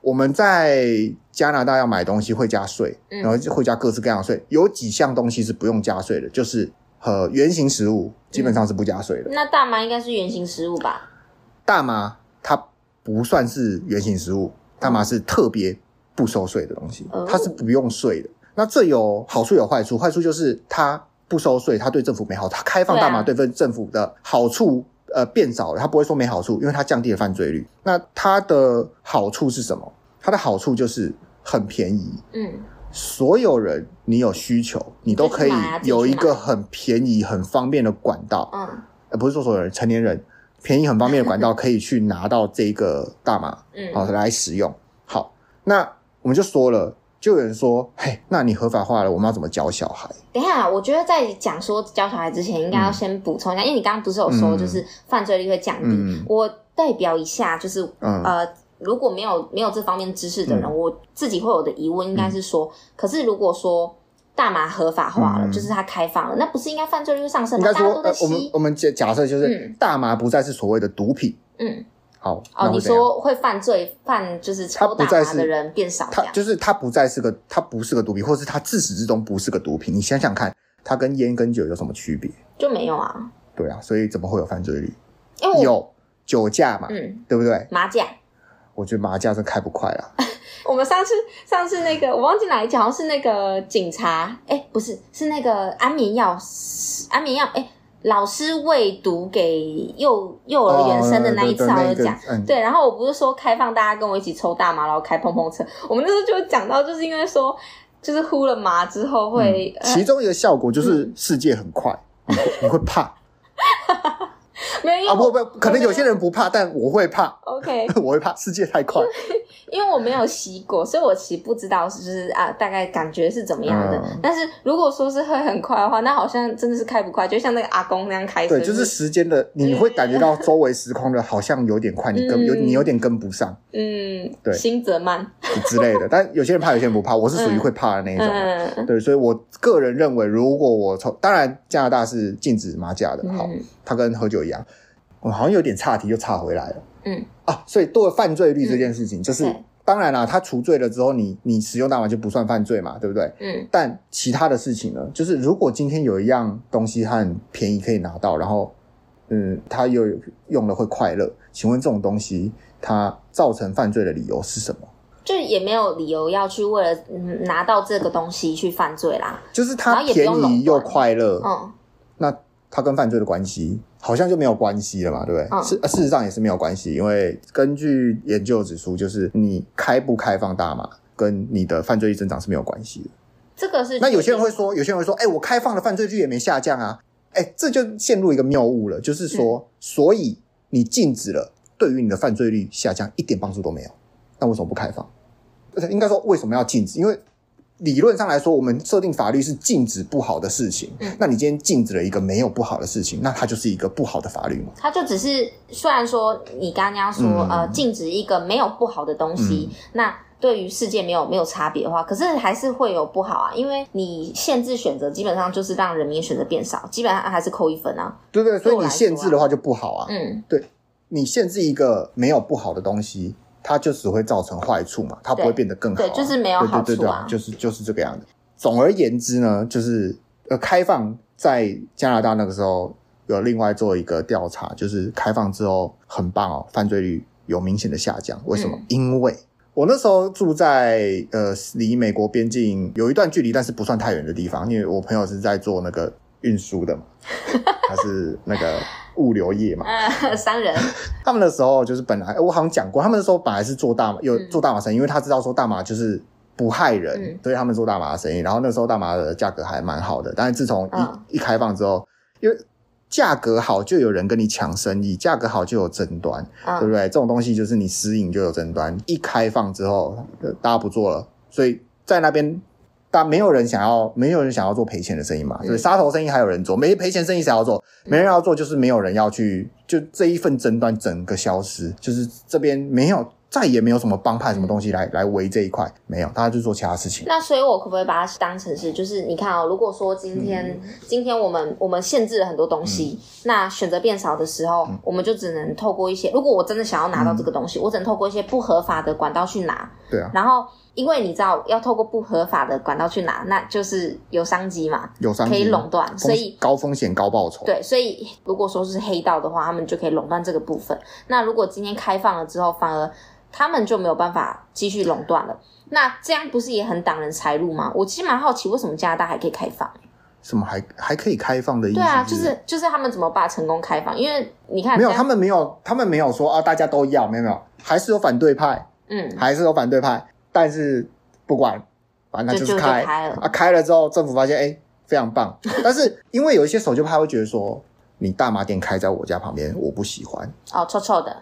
Speaker 2: 我们在加拿大要买东西会加税，
Speaker 1: 嗯
Speaker 2: 然后会加各式各样的税。有几项东西是不用加税的，就是呃原型食物基本上是不加税的。
Speaker 1: 那大麻应该是原型食物吧？
Speaker 2: 大麻它不算是原型食物，大麻是特别不收税的东西
Speaker 1: 哦，
Speaker 2: 它是不用税的。那这有好处有坏处，坏处就是它不收税，它对政府没好，它开放大麻
Speaker 1: 对啊
Speaker 2: 对政府的好处。呃，变少了，它不会说没好处，因为它降低了犯罪率。那它的好处是什么？它的好处就是很便宜，
Speaker 1: 嗯，
Speaker 2: 所有人你有需求，你都可以
Speaker 1: 就去买啊自己去买
Speaker 2: 有一个很便宜、很方便的管道。
Speaker 1: 嗯
Speaker 2: 呃，不是说所有人，成年人便宜很方便的 管道可以去拿到这个大麻，
Speaker 1: 嗯，
Speaker 2: 好、来使用。好，那我们就说了，就有人说，嘿，那你合法化了，我们要怎么教小孩？
Speaker 1: 等一下，我觉得在讲说教小孩之前，应该要先补充一下，因为你刚刚不是有说
Speaker 2: 嗯
Speaker 1: 就是犯罪率会降低，
Speaker 2: 嗯
Speaker 1: 我代表一下，就是、
Speaker 2: 嗯
Speaker 1: 呃，如果没有没有这方面知识的人，我自己会有的疑问应该是说，可是如果说大麻合法化了，
Speaker 2: 嗯
Speaker 1: 就是它开放了，那不是应该犯罪率会上升
Speaker 2: 应
Speaker 1: 吗？
Speaker 2: 该
Speaker 1: 大家
Speaker 2: 说
Speaker 1: 都，在
Speaker 2: 呃，我们
Speaker 1: 吸，
Speaker 2: 我们假假设就是
Speaker 1: 嗯
Speaker 2: 大麻不再是所谓的毒品。
Speaker 1: 嗯，
Speaker 2: 好，
Speaker 1: 哦
Speaker 2: 那，
Speaker 1: 你
Speaker 2: 会怎样？
Speaker 1: 说会犯罪犯就是抽大
Speaker 2: 它不再
Speaker 1: 麻
Speaker 2: 是
Speaker 1: 的人变少这
Speaker 2: 它
Speaker 1: 样，
Speaker 2: 就是它不再是个，它不是个毒品，或是它自始至终不是个毒品。你想想看，它跟烟跟酒有什么区别？
Speaker 1: 就没有啊？
Speaker 2: 对啊，所以怎么会有犯罪率？
Speaker 1: 因为我
Speaker 2: 有酒驾嘛，
Speaker 1: 哦嗯
Speaker 2: 对不对？
Speaker 1: 麻将。
Speaker 2: 我觉得麻将真开不快啊啦。
Speaker 1: 我们上次上次那个我忘记哪一集，好像是那个警察，哎、不是，是那个安眠药，安眠药，哎、老师喂毒给幼幼儿园生的那一次，
Speaker 2: 哦
Speaker 1: 好像
Speaker 2: 对
Speaker 1: 有
Speaker 2: 对
Speaker 1: 讲。
Speaker 2: 那个嗯，
Speaker 1: 对，然后我不是说开放大家跟我一起抽大麻，然后开碰碰车。我们那时候就有讲到，就是因为说，就是呼了麻之后会，
Speaker 2: 嗯
Speaker 1: 呃嗯
Speaker 2: 嗯其中一个效果就是世界很快，你会你会怕。
Speaker 1: 呃、没有，因为
Speaker 2: 啊，
Speaker 1: 我
Speaker 2: 不不，可能有些人不怕，但我会怕，
Speaker 1: OK，
Speaker 2: 我会怕，世界太快。
Speaker 1: 因为我没有吸过，所以我其实不知道是不是啊，大概感觉是怎么样的。
Speaker 2: 嗯
Speaker 1: 但是如果说是会很快的话，那好像真的是开不快，就像那个阿公那样开车。
Speaker 2: 对，就是时间的，你会感觉到周围时空的好像有点快，你跟有
Speaker 1: 嗯
Speaker 2: 你有点跟不上
Speaker 1: 嗯，
Speaker 2: 对
Speaker 1: 心则慢。
Speaker 2: 之类 的。但有些人怕，有些人不怕，我是属于会怕的那一种。啊
Speaker 1: 嗯，
Speaker 2: 对，所以我个人认为，如果我从当然加拿大是禁止麻将的，好，
Speaker 1: 嗯
Speaker 2: 它跟喝酒一样，我好像有点岔题又岔回来了。
Speaker 1: 嗯
Speaker 2: 啊，所以对犯罪率这件事情，就是
Speaker 1: 对
Speaker 2: 当然啦，他除罪了之后，你你使用大麻就不算犯罪嘛，对不对？
Speaker 1: 嗯
Speaker 2: 但其他的事情呢，就是如果今天有一样东西它很便宜可以拿到，然后嗯，他又用了会快乐，请问这种东西它造成犯罪的理由是什么？
Speaker 1: 就也没有理由要去为了、嗯、拿到这个东西去犯罪啦。
Speaker 2: 就是
Speaker 1: 然
Speaker 2: 它
Speaker 1: 后也不
Speaker 2: 便
Speaker 1: 用垄
Speaker 2: 宜
Speaker 1: 断
Speaker 2: 又快乐，
Speaker 1: 嗯
Speaker 2: 那它跟犯罪的关系好像就没有关系了嘛，对不对？
Speaker 1: 嗯
Speaker 2: 事、呃事实上也是没有关系，因为根据研究指出，就是你开不开放大麻跟你的犯罪率增长是没有关系的。
Speaker 1: 这个是
Speaker 2: 那有些人会说，有些人会说，哎、我开放了犯罪率也没下降啊，哎、这就陷入一个谬误了，就是
Speaker 1: 嗯
Speaker 2: 说，所以你禁止了，对于你的犯罪率下降一点帮助都没有，那为什么不开放？而且应该说为什么要禁止？因为理论上来说，我们设定法律是禁止不好的事情，
Speaker 1: 嗯
Speaker 2: 那你今天禁止了一个没有不好的事情，那它就是一个不好的法律嘛。
Speaker 1: 他就只是虽然说你刚刚说、
Speaker 2: 嗯
Speaker 1: 呃禁止一个没有不好的东西，那对于世界没有没有差别的话，可是还是会有不好啊，因为你限制选择，基本上就是让人民选择变少，基本上还是扣一分啊。
Speaker 2: 对不对？所以
Speaker 1: 对我
Speaker 2: 你
Speaker 1: 来
Speaker 2: 限
Speaker 1: 说
Speaker 2: 制
Speaker 1: 啊
Speaker 2: 的话就不好啊。
Speaker 1: 嗯，
Speaker 2: 你限制一个没有不好的东西，它就只会造成坏处嘛，它不会
Speaker 1: 对
Speaker 2: 变得更好啊、
Speaker 1: 对就是没有好
Speaker 2: 对对对
Speaker 1: 处
Speaker 2: 对
Speaker 1: 啊
Speaker 2: 就是就是这个样子。总而言之呢，就是呃，开放在加拿大那个时候有另外做一个调查，就是开放之后很棒哦，犯罪率有明显的下降。为什么？
Speaker 1: 嗯
Speaker 2: 因为我那时候住在呃离美国边境有一段距离，但是不算太远的地方，因为我朋友是在做那个运输的嘛，他是那个物流业嘛，
Speaker 1: 呃，商人，
Speaker 2: 他们那时候就是本来，诶我好像讲过，他们那时候本来是做大麻，有
Speaker 1: 嗯
Speaker 2: 做大麻生意，因为他知道说大麻就是不害人，
Speaker 1: 嗯
Speaker 2: 所以他们做大麻的生意。然后那时候大麻的价格还蛮好的，但是自从一、
Speaker 1: 嗯
Speaker 2: 一开放之后，因为价格好就有人跟你抢生意，价格好就有争端，对
Speaker 1: 嗯
Speaker 2: 不对？这种东西就是你私隐就有争端，一开放之后，呃大家不做了，所以在那边。但没有人想要，没有人想要做赔钱的生意嘛，
Speaker 1: 嗯
Speaker 2: 对，杀头生意还有人做，没赔钱生意谁要做？没人要做，就是没有人要去，就这一份争端整个消失，就是这边没有，再也没有什么帮派什么东西来来围这一块，没有，大家就做其他事情。
Speaker 1: 那所以，我可不可以把它当成是，就是你看哦，如果说今天、今天我们我们限制了很多东西，那选择变少的时候，我们就只能透过一些，如果我真的想要拿到这个东西，我只能透过一些不合法的管道去拿。
Speaker 2: 对啊，
Speaker 1: 然后，因为你知道要透过不合法的管道去拿，那就是有商机嘛，
Speaker 2: 有商机
Speaker 1: 可以垄断，
Speaker 2: 风
Speaker 1: 所以。
Speaker 2: 高风险高报酬，
Speaker 1: 对，所以如果说是黑道的话，他们就可以垄断这个部分。那如果今天开放了之后，反而他们就没有办法继续垄断了。那这样不是也很挡人财路吗？我其实蛮好奇，为什么加拿大还可以开放？
Speaker 2: 什么还还可以开放的意思？
Speaker 1: 对啊，就是就是他们怎么把它成功开放？因为你看
Speaker 2: 没有，
Speaker 1: 这样
Speaker 2: 他们没有，他们没有说啊，大家都要，没有没有，还是有反对派，
Speaker 1: 嗯，
Speaker 2: 还是有反对派，但是不管，反正他
Speaker 1: 就
Speaker 2: 就是
Speaker 1: 就
Speaker 2: 开
Speaker 1: 就开了
Speaker 2: 啊，开了之后政府发现哎、非常棒， 但是因为有一些守旧派会觉得说，你大麻店开在我家旁边，我不喜欢。
Speaker 1: 哦，臭臭的，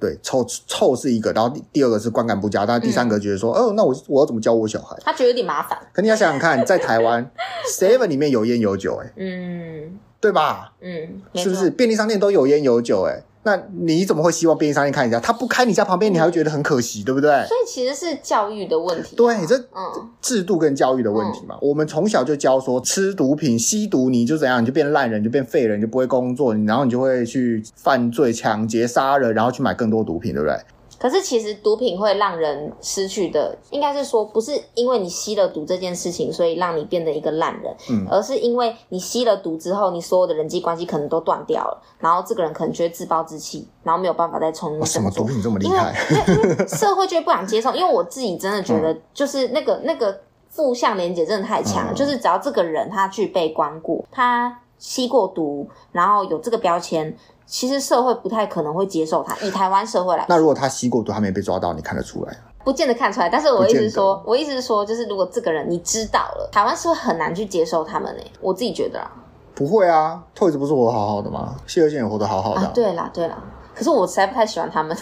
Speaker 2: 对，臭臭是一个，然后第第二个是观感不佳，但是第三个觉得说，
Speaker 1: 嗯
Speaker 2: 哦，那我我要怎么教我小孩？
Speaker 1: 他觉得有点麻烦。
Speaker 2: 可你要想想看，在台 湾 Seven 里面有烟有酒、欸，哎，
Speaker 1: 嗯
Speaker 2: 对吧？
Speaker 1: 嗯，没
Speaker 2: 是不
Speaker 1: 错
Speaker 2: 是？便利商店都有烟有酒、欸，哎，那你怎么会希望便利商店开你家？他不开你家旁边，你还会觉得很可惜，对不对？
Speaker 1: 所以其实是教育的问题。
Speaker 2: 对，这
Speaker 1: 嗯
Speaker 2: 制度跟教育的问题嘛。我们从小就教说，吃毒品、吸毒，你就怎样，你就变烂人，你就变废人，你就不会工作，你然后你就会去犯罪、抢劫、杀人，然后去买更多毒品，对不对？
Speaker 1: 可是其实毒品会让人失去的，应该是说不是因为你吸了毒这件事情，所以让你变得一个烂人，
Speaker 2: 嗯
Speaker 1: 而是因为你吸了毒之后，你所有的人际关系可能都断掉了，然后这个人可能觉得自暴自弃，然后没有办法再重
Speaker 2: 哇，
Speaker 1: 新振
Speaker 2: 哦什么毒
Speaker 1: 作。
Speaker 2: 品这么厉
Speaker 1: 因为
Speaker 2: 害？
Speaker 1: 因为因 为社会就不想接受，因为我自己真的觉得，就是那个、那个负向连接真的太强了。
Speaker 2: 嗯
Speaker 1: 就是只要这个人他去被关过，他吸过毒，然后有这个标签，其实社会不太可能会接受他。以台湾社会来
Speaker 2: 那如果他吸过毒，他没被抓到，你看得出来？
Speaker 1: 不见得看出来，但是我
Speaker 2: 不
Speaker 1: 一
Speaker 2: 见得
Speaker 1: 直说，我欸一直说，就是如果这个人你知道了，台湾是会很难去接受他们诶、我自己觉得啦，
Speaker 2: 不会啊，Toys 不是活得好好的吗？谢和弦也活得好好的、
Speaker 1: 啊，对啦对啦。可是我实在不太喜欢他们。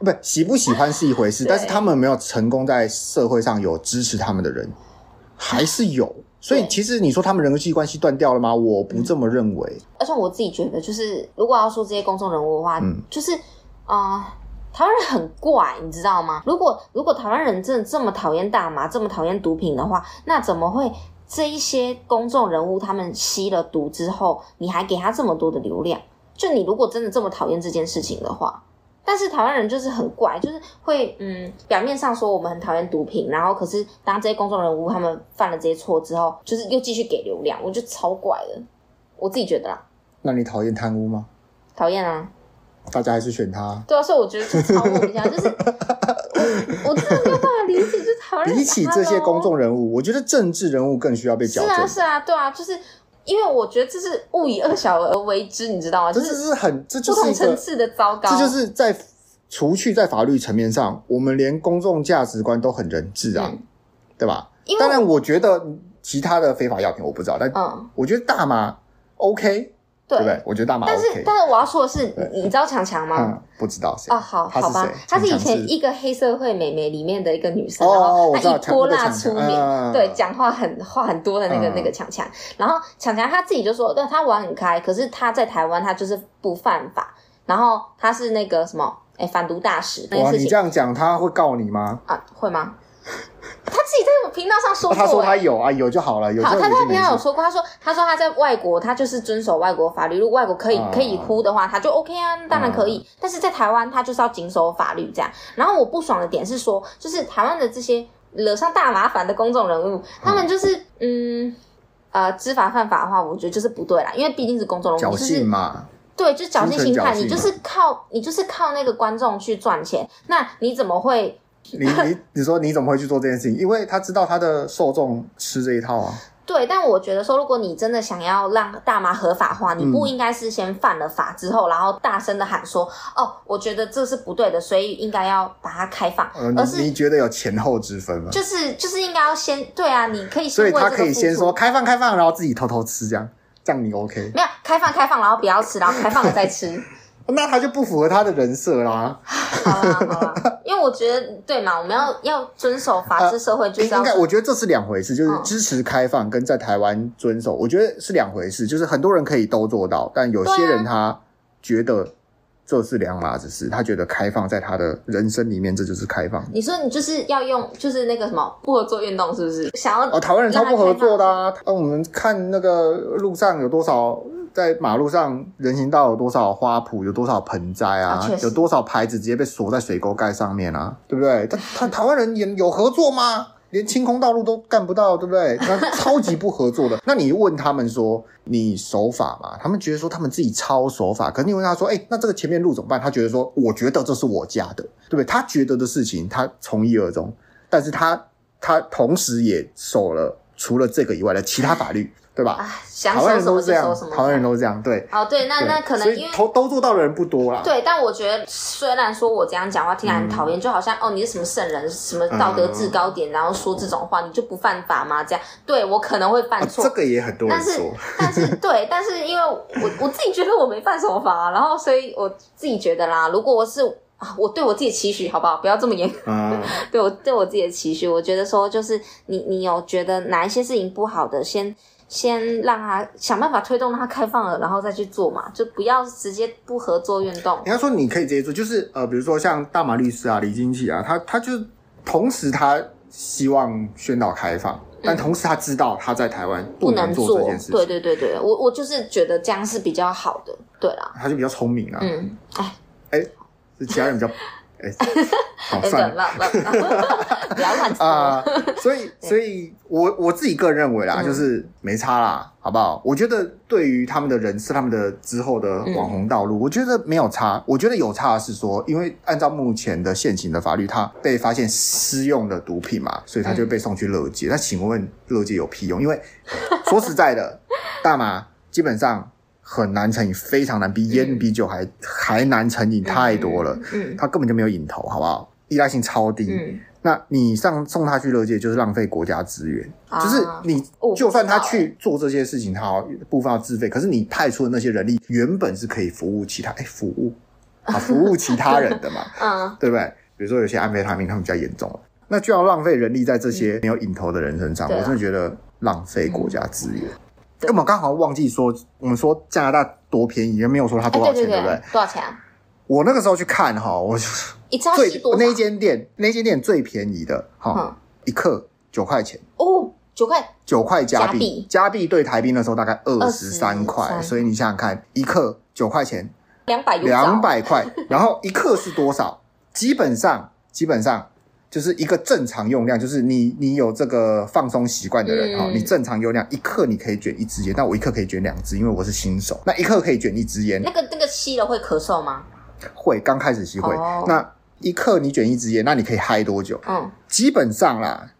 Speaker 2: 不喜不喜欢是一回 事，
Speaker 1: 对
Speaker 2: 但是他们没有成功在社会上有支持他们的人，还是有。所以
Speaker 1: 对嗯
Speaker 2: 其实你说他们人际关系断掉了吗？我不这么认为。
Speaker 1: 而且我自己觉得，就是如果要说这些公众人物的话，
Speaker 2: 嗯
Speaker 1: 就是啊、呃台湾人很怪，你知道吗？如果如果台湾人真的这么讨厌大麻，这么讨厌毒品的话，那怎么会这一些公众人物他们吸了毒之后，你还给他这么多的流量？就你如果真的这么讨厌这件事情的话，但是台湾人就是很怪，就是会嗯，表面上说我们很讨厌毒品，然后可是当这些公众人物他们犯了这些错之后，就是又继续给流量，我就超怪的，我自己觉得啦。
Speaker 2: 那你讨厌贪污吗？
Speaker 1: 讨厌啊，
Speaker 2: 大家还是选他。
Speaker 1: 对啊，所以我觉得就超我 一下，就是我我真的没有办法理解，就是台湾人
Speaker 2: 比起
Speaker 1: 打他
Speaker 2: 这些
Speaker 1: 咯
Speaker 2: 公众人物，我觉得政治人物更需要被
Speaker 1: 是
Speaker 2: 矫
Speaker 1: 啊
Speaker 2: 正。
Speaker 1: 是啊，对啊，就是因为我觉得这是物以恶小而为之，你知道吗？
Speaker 2: 这
Speaker 1: 啊就
Speaker 2: 这
Speaker 1: 是
Speaker 2: 是很，这就
Speaker 1: 不
Speaker 2: 是
Speaker 1: 同
Speaker 2: 一
Speaker 1: 层
Speaker 2: 个，
Speaker 1: 次的糟糕，
Speaker 2: 这就是在除去在法律层面上，我们连公众价值观都很人治啊，
Speaker 1: 嗯
Speaker 2: 对吧
Speaker 1: 因？为
Speaker 2: 当然，我觉得其他的非法药品我不知道，但
Speaker 1: 嗯，
Speaker 2: 我觉得大麻 OK，对不对？我觉得大麻
Speaker 1: 但是
Speaker 2: OK，
Speaker 1: 但是我要说的是
Speaker 2: 对，
Speaker 1: 你你知道强强吗？
Speaker 2: 嗯，不知道谁
Speaker 1: 哦，好
Speaker 2: 他
Speaker 1: 好
Speaker 2: 是
Speaker 1: 吧
Speaker 2: 谁，？
Speaker 1: 她是以
Speaker 2: 强强
Speaker 1: 前一个黑社会美眉里面的一个女生，
Speaker 2: 哦
Speaker 1: 然后
Speaker 2: 我知
Speaker 1: 她
Speaker 2: 道
Speaker 1: 以泼辣
Speaker 2: 强
Speaker 1: 出
Speaker 2: 那个强
Speaker 1: 名，
Speaker 2: 强
Speaker 1: 对
Speaker 2: 嗯，
Speaker 1: 讲话很话很多的那个
Speaker 2: 嗯
Speaker 1: 那个强强。然后强强她自己就说，对她玩很开，可是她在台湾她就是不犯法，然后她是那个什么，哎，反毒大使那
Speaker 2: 哇，
Speaker 1: 件事
Speaker 2: 你这
Speaker 1: 情
Speaker 2: 样讲他会告你吗？
Speaker 1: 啊，会吗？她自己在我频道上说
Speaker 2: 哦 他说
Speaker 1: 过，
Speaker 2: 他
Speaker 1: 哎。
Speaker 2: 有啊，有就好了，有就
Speaker 1: 好，
Speaker 2: 有
Speaker 1: 他
Speaker 2: 就
Speaker 1: 在
Speaker 2: 没
Speaker 1: 频道有
Speaker 2: 事。
Speaker 1: 说过，他说他说他在外国，他就是遵守外国法律，如果外国可以
Speaker 2: 啊
Speaker 1: 可以呼的话，他就 OK 啊，当然可以。但是在台湾，他就是要谨守法律这样。然后我不爽的点是说，就是台湾的这些惹上大麻烦的公众人物，他
Speaker 2: 啊
Speaker 1: 们就是嗯。呃，知法犯法的话，我觉得就是不对啦，因为毕竟是公众人物，
Speaker 2: 侥
Speaker 1: 你就是
Speaker 2: 幸嘛，
Speaker 1: 对，就是侥幸心态，你
Speaker 2: 心存侥幸嘛
Speaker 1: 就是靠你就是靠那个观众去赚钱，那你怎么会
Speaker 2: 你你你说你怎么会去做这件事情？因为他知道他的受众吃这一套啊。
Speaker 1: 对，但我觉得说，如果你真的想要让大麻合法化，你不
Speaker 2: 嗯
Speaker 1: 应该是先犯了法之后，然后大声的喊说：“哦，我觉得这是不对的，所以应该要把它开放。
Speaker 2: 呃，
Speaker 1: 而
Speaker 2: 你
Speaker 1: 是
Speaker 2: 你觉得有前后之分吗？
Speaker 1: 就是就是应该要先对啊，你可以先
Speaker 2: 所
Speaker 1: 为
Speaker 2: 以
Speaker 1: 这
Speaker 2: 他
Speaker 1: 个
Speaker 2: 可以
Speaker 1: 付
Speaker 2: 先
Speaker 1: 出
Speaker 2: 说开放开放，然后自己偷偷吃这样，这样你 OK？
Speaker 1: 没有开放开放，然后不要吃，然后开放了再吃。
Speaker 2: 那他就不符合他的人设啦。
Speaker 1: 好啦好 啦，因为我觉得对嘛，我们要要遵守法治社会，就是要
Speaker 2: 呃应该，我觉得这是两回事，就是
Speaker 1: 嗯
Speaker 2: 支持开放跟在台湾遵守，我觉得是两回事。就是很多人可以都做到，但有些
Speaker 1: 对啊
Speaker 2: 人他觉得这是两码子事，他觉得开放在他的人生里面，这就是开放。
Speaker 1: 你说你就是要用就是那个什么不合作运动，是不是？想要
Speaker 2: 哦，台湾人超不合作的啊！那、我们看那个路上有多少，在马路上人行道有多少花圃，有多少盆栽啊，
Speaker 1: 啊确实
Speaker 2: 有多少牌子直接被锁在水沟盖上面啊，对 不对？但他台湾人也有合作吗？连清空道路都干不到，对不对？ 那超级不合作的。 那你问他们说你守法吗？他们觉得说他们自己超守法，可是你问他说，哎、那这个前面路怎么办？他觉得说，我觉得这是我家的，对不对？他觉得的事情，他从一而终。但是他他同时也守了除了这个以外的其他法律，对吧？
Speaker 1: 啊，想
Speaker 2: 台
Speaker 1: 说
Speaker 2: 湾人
Speaker 1: 什
Speaker 2: 都
Speaker 1: 么
Speaker 2: 是这
Speaker 1: 就
Speaker 2: 样
Speaker 1: 说什，么。
Speaker 2: 台湾人都是这样，对。
Speaker 1: 哦，对，那
Speaker 2: 对
Speaker 1: 那可能
Speaker 2: 所以
Speaker 1: 因为
Speaker 2: 都都做到的人不多啦。
Speaker 1: 对，但我觉得虽然说我这样讲话听起来很讨厌，就好像哦你是什么圣人，什么道德制高点，然后说这种话你就不犯法吗？这样对我可能会
Speaker 2: 啊，
Speaker 1: 犯错，
Speaker 2: 这个也很多人
Speaker 1: 但是
Speaker 2: 说，
Speaker 1: 但是对，但是因为我我自己觉得我没犯什么法、然后所以我自己觉得啦，如果我是啊，我对我自己期许好不好？不要这么严
Speaker 2: 嗯，
Speaker 1: 对我对我自己的期许，我觉得说就是你你有觉得哪一些事情不好的，先 先让他想办法推动让他开放了，然后再去做嘛，就不要直接不合作运动。
Speaker 2: 应该说你可以直接做，就是呃，比如说像大马律师啊、李金奇啊，他他就同时他希望宣导开放，但同时他知道他在台湾
Speaker 1: 嗯不
Speaker 2: 能
Speaker 1: 能
Speaker 2: 做
Speaker 1: 做
Speaker 2: 这件事
Speaker 1: 对
Speaker 2: 情，
Speaker 1: 对对对，我我就是觉得这样是比较好的，对啦，
Speaker 2: 他就比较聪明啊，
Speaker 1: 嗯，哎，
Speaker 2: 是其他人比较， 哎，好
Speaker 1: 哎，不
Speaker 2: 算
Speaker 1: 要
Speaker 2: 了。
Speaker 1: 乱乱，不要乱
Speaker 2: 啊
Speaker 1: 说，、
Speaker 2: 所以，所以我我自己个人认为啦，
Speaker 1: 哦嗯
Speaker 2: 就是没差啦，好不好？我觉得对于他们的人设，他们的之后的网红道
Speaker 1: 嗯
Speaker 2: 路，我觉得没有差。我觉得有差的是说，因为按照目前的现行的法律，他被发现私用的毒品嘛，所以他就被送去乐
Speaker 1: 嗯
Speaker 2: 界。那请问乐界有屁用？因为说实在的，大麻基本上很难成瘾，非常难，比烟、
Speaker 1: 嗯
Speaker 2: 比酒还还难成瘾太多了。
Speaker 1: 嗯
Speaker 2: 它根本就没有瘾头，好不好？依赖性超低。
Speaker 1: 嗯
Speaker 2: 那你上送他去乐界就是浪费国家资源，
Speaker 1: 啊
Speaker 2: 就是你
Speaker 1: 哦
Speaker 2: 就算他
Speaker 1: 我知道欸
Speaker 2: 去做这些事情，他好部分要自费，可是你派出的那些人力原本是可以服务其他哎、服务啊服务其他人 的嘛，
Speaker 1: 嗯，
Speaker 2: 对不对？比如说有些安非他命，他们比较严重了，那就要浪费人力在这些没有引头的人身上，
Speaker 1: 对啊
Speaker 2: 我真的觉得浪费国家资源。哎
Speaker 1: 对
Speaker 2: 因为我们刚好忘记说，我们说加拿大多便宜，也没有说它
Speaker 1: 哎，
Speaker 2: 多
Speaker 1: 对
Speaker 2: 少钱，
Speaker 1: 对
Speaker 2: 不对？
Speaker 1: 多少钱啊？
Speaker 2: 我那个时候去看哈，我就
Speaker 1: 一次要
Speaker 2: 最
Speaker 1: 吸多少？
Speaker 2: 那一间店，那一间店最便宜的哈，
Speaker 1: 嗯
Speaker 2: 一克九块钱，
Speaker 1: 哦，九块，
Speaker 2: 九块加
Speaker 1: 加
Speaker 2: 币
Speaker 1: 币，
Speaker 2: 加币对台币那时候大概二十三块，
Speaker 1: 23
Speaker 2: 所以你想想看，一克九块钱，
Speaker 1: 两百有找
Speaker 2: 两，百块，然后一克是多少？基本上，基本上就是一个正常用量，就是你你有这个放松习惯的人哈、
Speaker 1: 嗯
Speaker 2: 你正常用量一克你可以卷一支烟，但我一克可以卷两支，因为我是新手，那一克可以卷一支烟，
Speaker 1: 那个那个吸了会咳嗽吗？
Speaker 2: 会刚开始吸会，
Speaker 1: 哦
Speaker 2: 那一克你卷一支烟，那你可以嗨多久？
Speaker 1: 嗯，
Speaker 2: 基本上啦，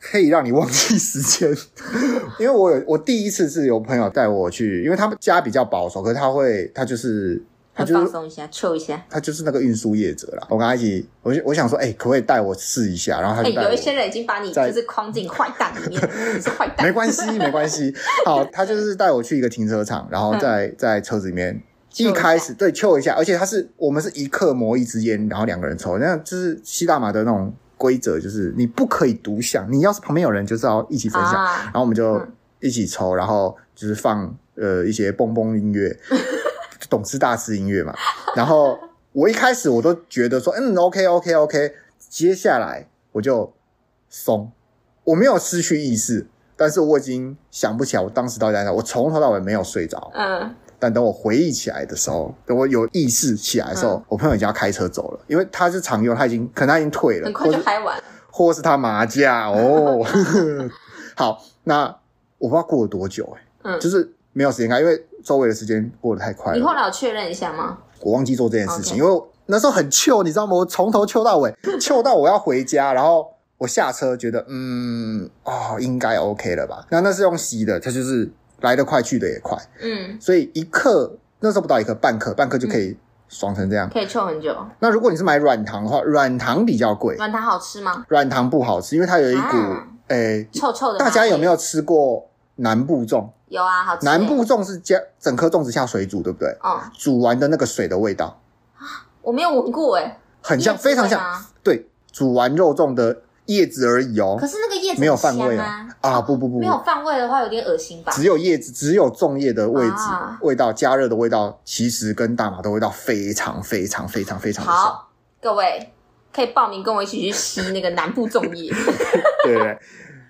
Speaker 2: 可以让你忘记时间， 因为我有我第一次是有朋友带我去，因为他们家比较保守，可是他会他就是他
Speaker 1: 会
Speaker 2: 就
Speaker 1: 放
Speaker 2: 是
Speaker 1: 松一下，chill 一下。
Speaker 2: 他就是那个运输业者啦。我跟他一起，我就我想说，哎、可不可以带我试一下？然后他
Speaker 1: 哎，
Speaker 2: 就带我。
Speaker 1: 有一些人已经把你
Speaker 2: 在
Speaker 1: 就是框进坏蛋里面， 你是坏蛋，
Speaker 2: 没关系，没关系。好，他就是带我去一个停车场，然后在在车子里面
Speaker 1: 嗯嗅一
Speaker 2: 一
Speaker 1: 下
Speaker 2: 开始对嗅一下，而且他是我们是一克磨一支烟，然后两个人抽，那就是吸大麻的那种规则，就是你不可以独享，你要是旁边有人就是要一起分享，
Speaker 1: 啊
Speaker 2: 然，后我们就
Speaker 1: 嗯
Speaker 2: 一起抽，然后就是放呃一些蹦蹦 音乐，懂吃大吃音乐嘛。然后我一开始我都觉得说，嗯，OK OK OK，接下来我就松，我没有失去意识，但是我已经想不起来我当时到底在哪，我从头到尾没有睡着。
Speaker 1: 嗯，
Speaker 2: 但等我回忆起来的时候，等我有意识起来的时候，
Speaker 1: 嗯
Speaker 2: 我朋友已经要开车走了，因为他是常用，他已经可能他已经退了，
Speaker 1: 很快就
Speaker 2: 或是
Speaker 1: 嗨完了。
Speaker 2: 或是他 麻将哦。 好，那我不知道过了多久、欸，
Speaker 1: 嗯
Speaker 2: 就是没有时间看，因为周围的时间过得太快
Speaker 1: 你
Speaker 2: 了
Speaker 1: 后，来有确认一下吗？
Speaker 2: 我忘记做这件事情，因为我那时候很糗，你知道吗？我从头糗到尾， 糗到我要回家，然后。我下车觉得，嗯，哦，应该 OK 了吧？那那是用吸的，它就是来得快，去得也快，
Speaker 1: 嗯，
Speaker 2: 所以一克那时候不到一克，半克，半克就可以爽成这样。
Speaker 1: 可以 chill 很久。
Speaker 2: 那如果你是买软糖的话，软糖比较贵，
Speaker 1: 软糖好吃吗？
Speaker 2: 软糖不好吃，因为它有一股
Speaker 1: 嗯啊
Speaker 2: 哎诶、
Speaker 1: 臭臭的。
Speaker 2: 大家有没？有吃过南部粽？
Speaker 1: 有啊，好吃。
Speaker 2: 南部，粽是加整颗粽子下水煮，对不对？
Speaker 1: 嗯，
Speaker 2: 煮完的那个水的味道，
Speaker 1: 我没有闻过哎，
Speaker 2: 很像，
Speaker 1: 椰子
Speaker 2: 非常
Speaker 1: 味
Speaker 2: 像。
Speaker 1: 吗。
Speaker 2: 对，煮完肉粽的叶子而已哦
Speaker 1: 可，是那个叶子
Speaker 2: 没有
Speaker 1: 很
Speaker 2: 饭味
Speaker 1: 香
Speaker 2: 哦
Speaker 1: 啊。
Speaker 2: 啊，不不不
Speaker 1: 没有
Speaker 2: 不，
Speaker 1: 饭味的话，有点恶心吧？
Speaker 2: 只有叶子，只有粽叶的味子、
Speaker 1: 啊
Speaker 2: 味道，加热的味道，其实跟大麻的味道非常非常非常非常的像。
Speaker 1: 好，各位可以报名跟我一起去吸那个南部粽 叶。
Speaker 2: 对 对对。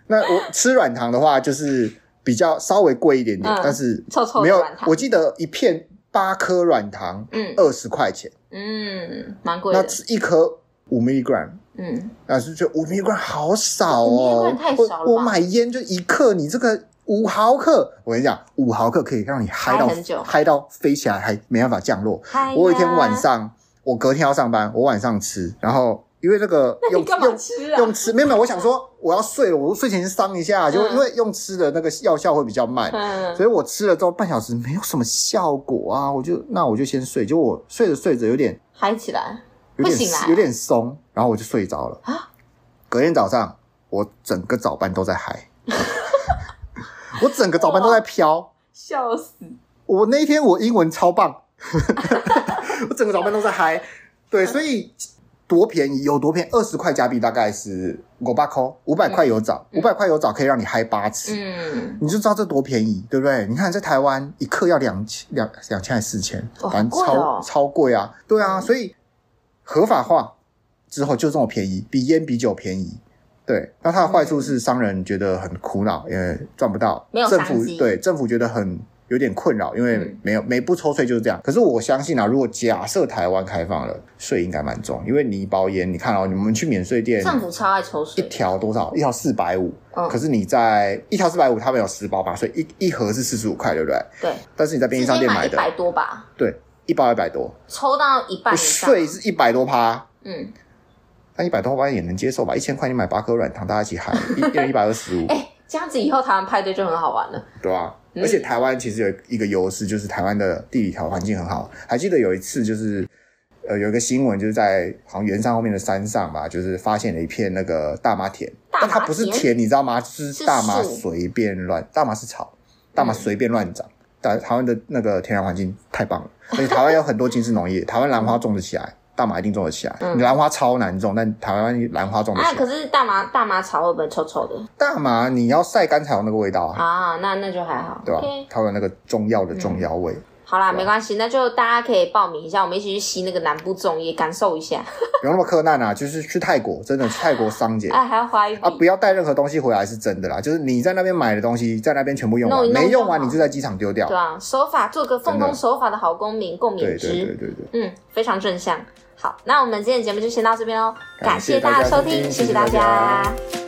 Speaker 2: 那我吃软糖的话，就是比较稍微贵一点点，
Speaker 1: 嗯
Speaker 2: 但是
Speaker 1: 臭臭的
Speaker 2: 没有
Speaker 1: 软，糖
Speaker 2: 我记得一片八颗软糖
Speaker 1: 嗯
Speaker 2: 二十块钱。
Speaker 1: 嗯，蛮贵
Speaker 2: 那
Speaker 1: 的。
Speaker 2: 吃一颗五 milligram，
Speaker 1: 嗯，
Speaker 2: 那是就五 milligram 好少
Speaker 1: 五
Speaker 2: 哦，
Speaker 1: milligram 太少了吧
Speaker 2: 我我买烟就一克，你这个五毫克，我跟你讲，五毫克可以让你嗨到
Speaker 1: 嗨很久哎
Speaker 2: 嗨到飞起来，还没办法降落。
Speaker 1: 嗨呀
Speaker 2: 我有一天晚，上，我隔天要上班，我晚上吃，然后因为那个
Speaker 1: 那
Speaker 2: 用
Speaker 1: 你干嘛
Speaker 2: 用
Speaker 1: 吃啊？
Speaker 2: 用吃，没有没有，我想说我要睡了，我睡前伤一下，就
Speaker 1: 嗯
Speaker 2: 因为用吃的那个药效会比较慢，
Speaker 1: 嗯，
Speaker 2: 所以我吃了之后半小时没有什么效果啊，我就那我就先睡，结果我睡着睡着有点
Speaker 1: 嗨起来
Speaker 2: 有
Speaker 1: 会醒来
Speaker 2: 点
Speaker 1: 啊
Speaker 2: 有点松，然后我就睡着了。
Speaker 1: 啊！
Speaker 2: 隔天早上，我整个早班都在嗨， 我整个早班都在飘。
Speaker 1: 笑死！
Speaker 2: 我那一天我英文超棒， 我整个早班都在嗨。对，所以多便宜有多便宜，二十块加币大概是五百块，五百块有找，五
Speaker 1: 嗯
Speaker 2: 百块有找可以让你嗨八次。
Speaker 1: 嗯，
Speaker 2: 你就知道这多便宜，对不对？你看在台湾一克要两千两两千还是四千，
Speaker 1: 哇
Speaker 2: 反正
Speaker 1: 好
Speaker 2: 超、
Speaker 1: 贵哦
Speaker 2: 超贵啊，对啊，
Speaker 1: 嗯
Speaker 2: 所以合法化之后就这么便宜，比烟比酒便宜。对，那它的坏处是商人觉得很苦恼，因为赚不到，
Speaker 1: 嗯没有
Speaker 2: 政府
Speaker 1: 商机
Speaker 2: 对政府觉得很有点困扰，因为
Speaker 1: 嗯
Speaker 2: 没有没不抽税就是这样。可是我相信啊，如果假设台湾开放了，税应该蛮重，因为你一包烟，你看哦，你们去免税店，
Speaker 1: 政府超爱抽
Speaker 2: 一
Speaker 1: 水。
Speaker 2: 条多少？一条四百五，
Speaker 1: 嗯
Speaker 2: 可是你在一条四百五，他们有十包嘛，所以一一盒是四十五块，对不对？
Speaker 1: 对，
Speaker 2: 但是你在便利
Speaker 1: 直
Speaker 2: 商
Speaker 1: 接
Speaker 2: 店
Speaker 1: 买
Speaker 2: 买
Speaker 1: 一
Speaker 2: 的，
Speaker 1: 百多吧，
Speaker 2: 对，一包一百多，
Speaker 1: 抽到一半以上。
Speaker 2: 税是一百多趴，
Speaker 1: 嗯，
Speaker 2: 但一百多趴也能接受吧？一千块你买八颗软糖，大家一起 喊，一一人一百二十五，
Speaker 1: 哎、这样子以后台湾派对就很好玩了。
Speaker 2: 对吧？
Speaker 1: 嗯
Speaker 2: 而且台湾其实有一个优势，就是台湾的地理条环境很好。还记得有一次就是呃，有一个新闻就是在好像圆山后面的山上吧，就是发现了一片那个大麻田，
Speaker 1: 大麻啊
Speaker 2: 但它不是田，你知道吗？就是
Speaker 1: 是嗯
Speaker 2: 大
Speaker 1: 树
Speaker 2: 麻随便乱，大麻是草，大麻随便乱长。但台湾的那个天然环境太棒了，而且台湾有很多精致农业，台湾兰花种得起来，大麻一定种得起来。
Speaker 1: 嗯
Speaker 2: 你兰花超难种，但台湾兰花种得
Speaker 1: 啊，
Speaker 2: 起来。
Speaker 1: 可是大麻大麻草会不会臭臭的
Speaker 2: 大麻你要晒干才有那个味道啊，
Speaker 1: 啊？那那就还好，
Speaker 2: 对啊吧
Speaker 1: OK？嗯
Speaker 2: 它有那个中药的中药味。
Speaker 1: 好啦，没关系，那就大家可以报名一下，我们一起去吸那个南部粽叶，感受一下。
Speaker 2: 不用那么克难啊，就是去泰国，真的去泰国桑姐
Speaker 1: 哎，还要花一笔，
Speaker 2: 啊，不要带任何东西回来是真的啦。就是你在那边买的东西，在那边全部用完，
Speaker 1: 弄一弄
Speaker 2: 没用完
Speaker 1: 就好
Speaker 2: 你就在机场丢掉
Speaker 1: 对。啊，守法做个奉
Speaker 2: 真
Speaker 1: 公
Speaker 2: 的
Speaker 1: 守法的好公民，共
Speaker 2: 对
Speaker 1: 勉之。
Speaker 2: 对对对对，
Speaker 1: 嗯，非常正向。好，那我们今天的节目就先到这边喽，
Speaker 2: 感
Speaker 1: 感
Speaker 2: 谢
Speaker 1: 谢
Speaker 2: 大
Speaker 1: 大
Speaker 2: 家
Speaker 1: 家收
Speaker 2: 收听
Speaker 1: 听，谢
Speaker 2: 谢谢
Speaker 1: 谢大
Speaker 2: 大家
Speaker 1: 家。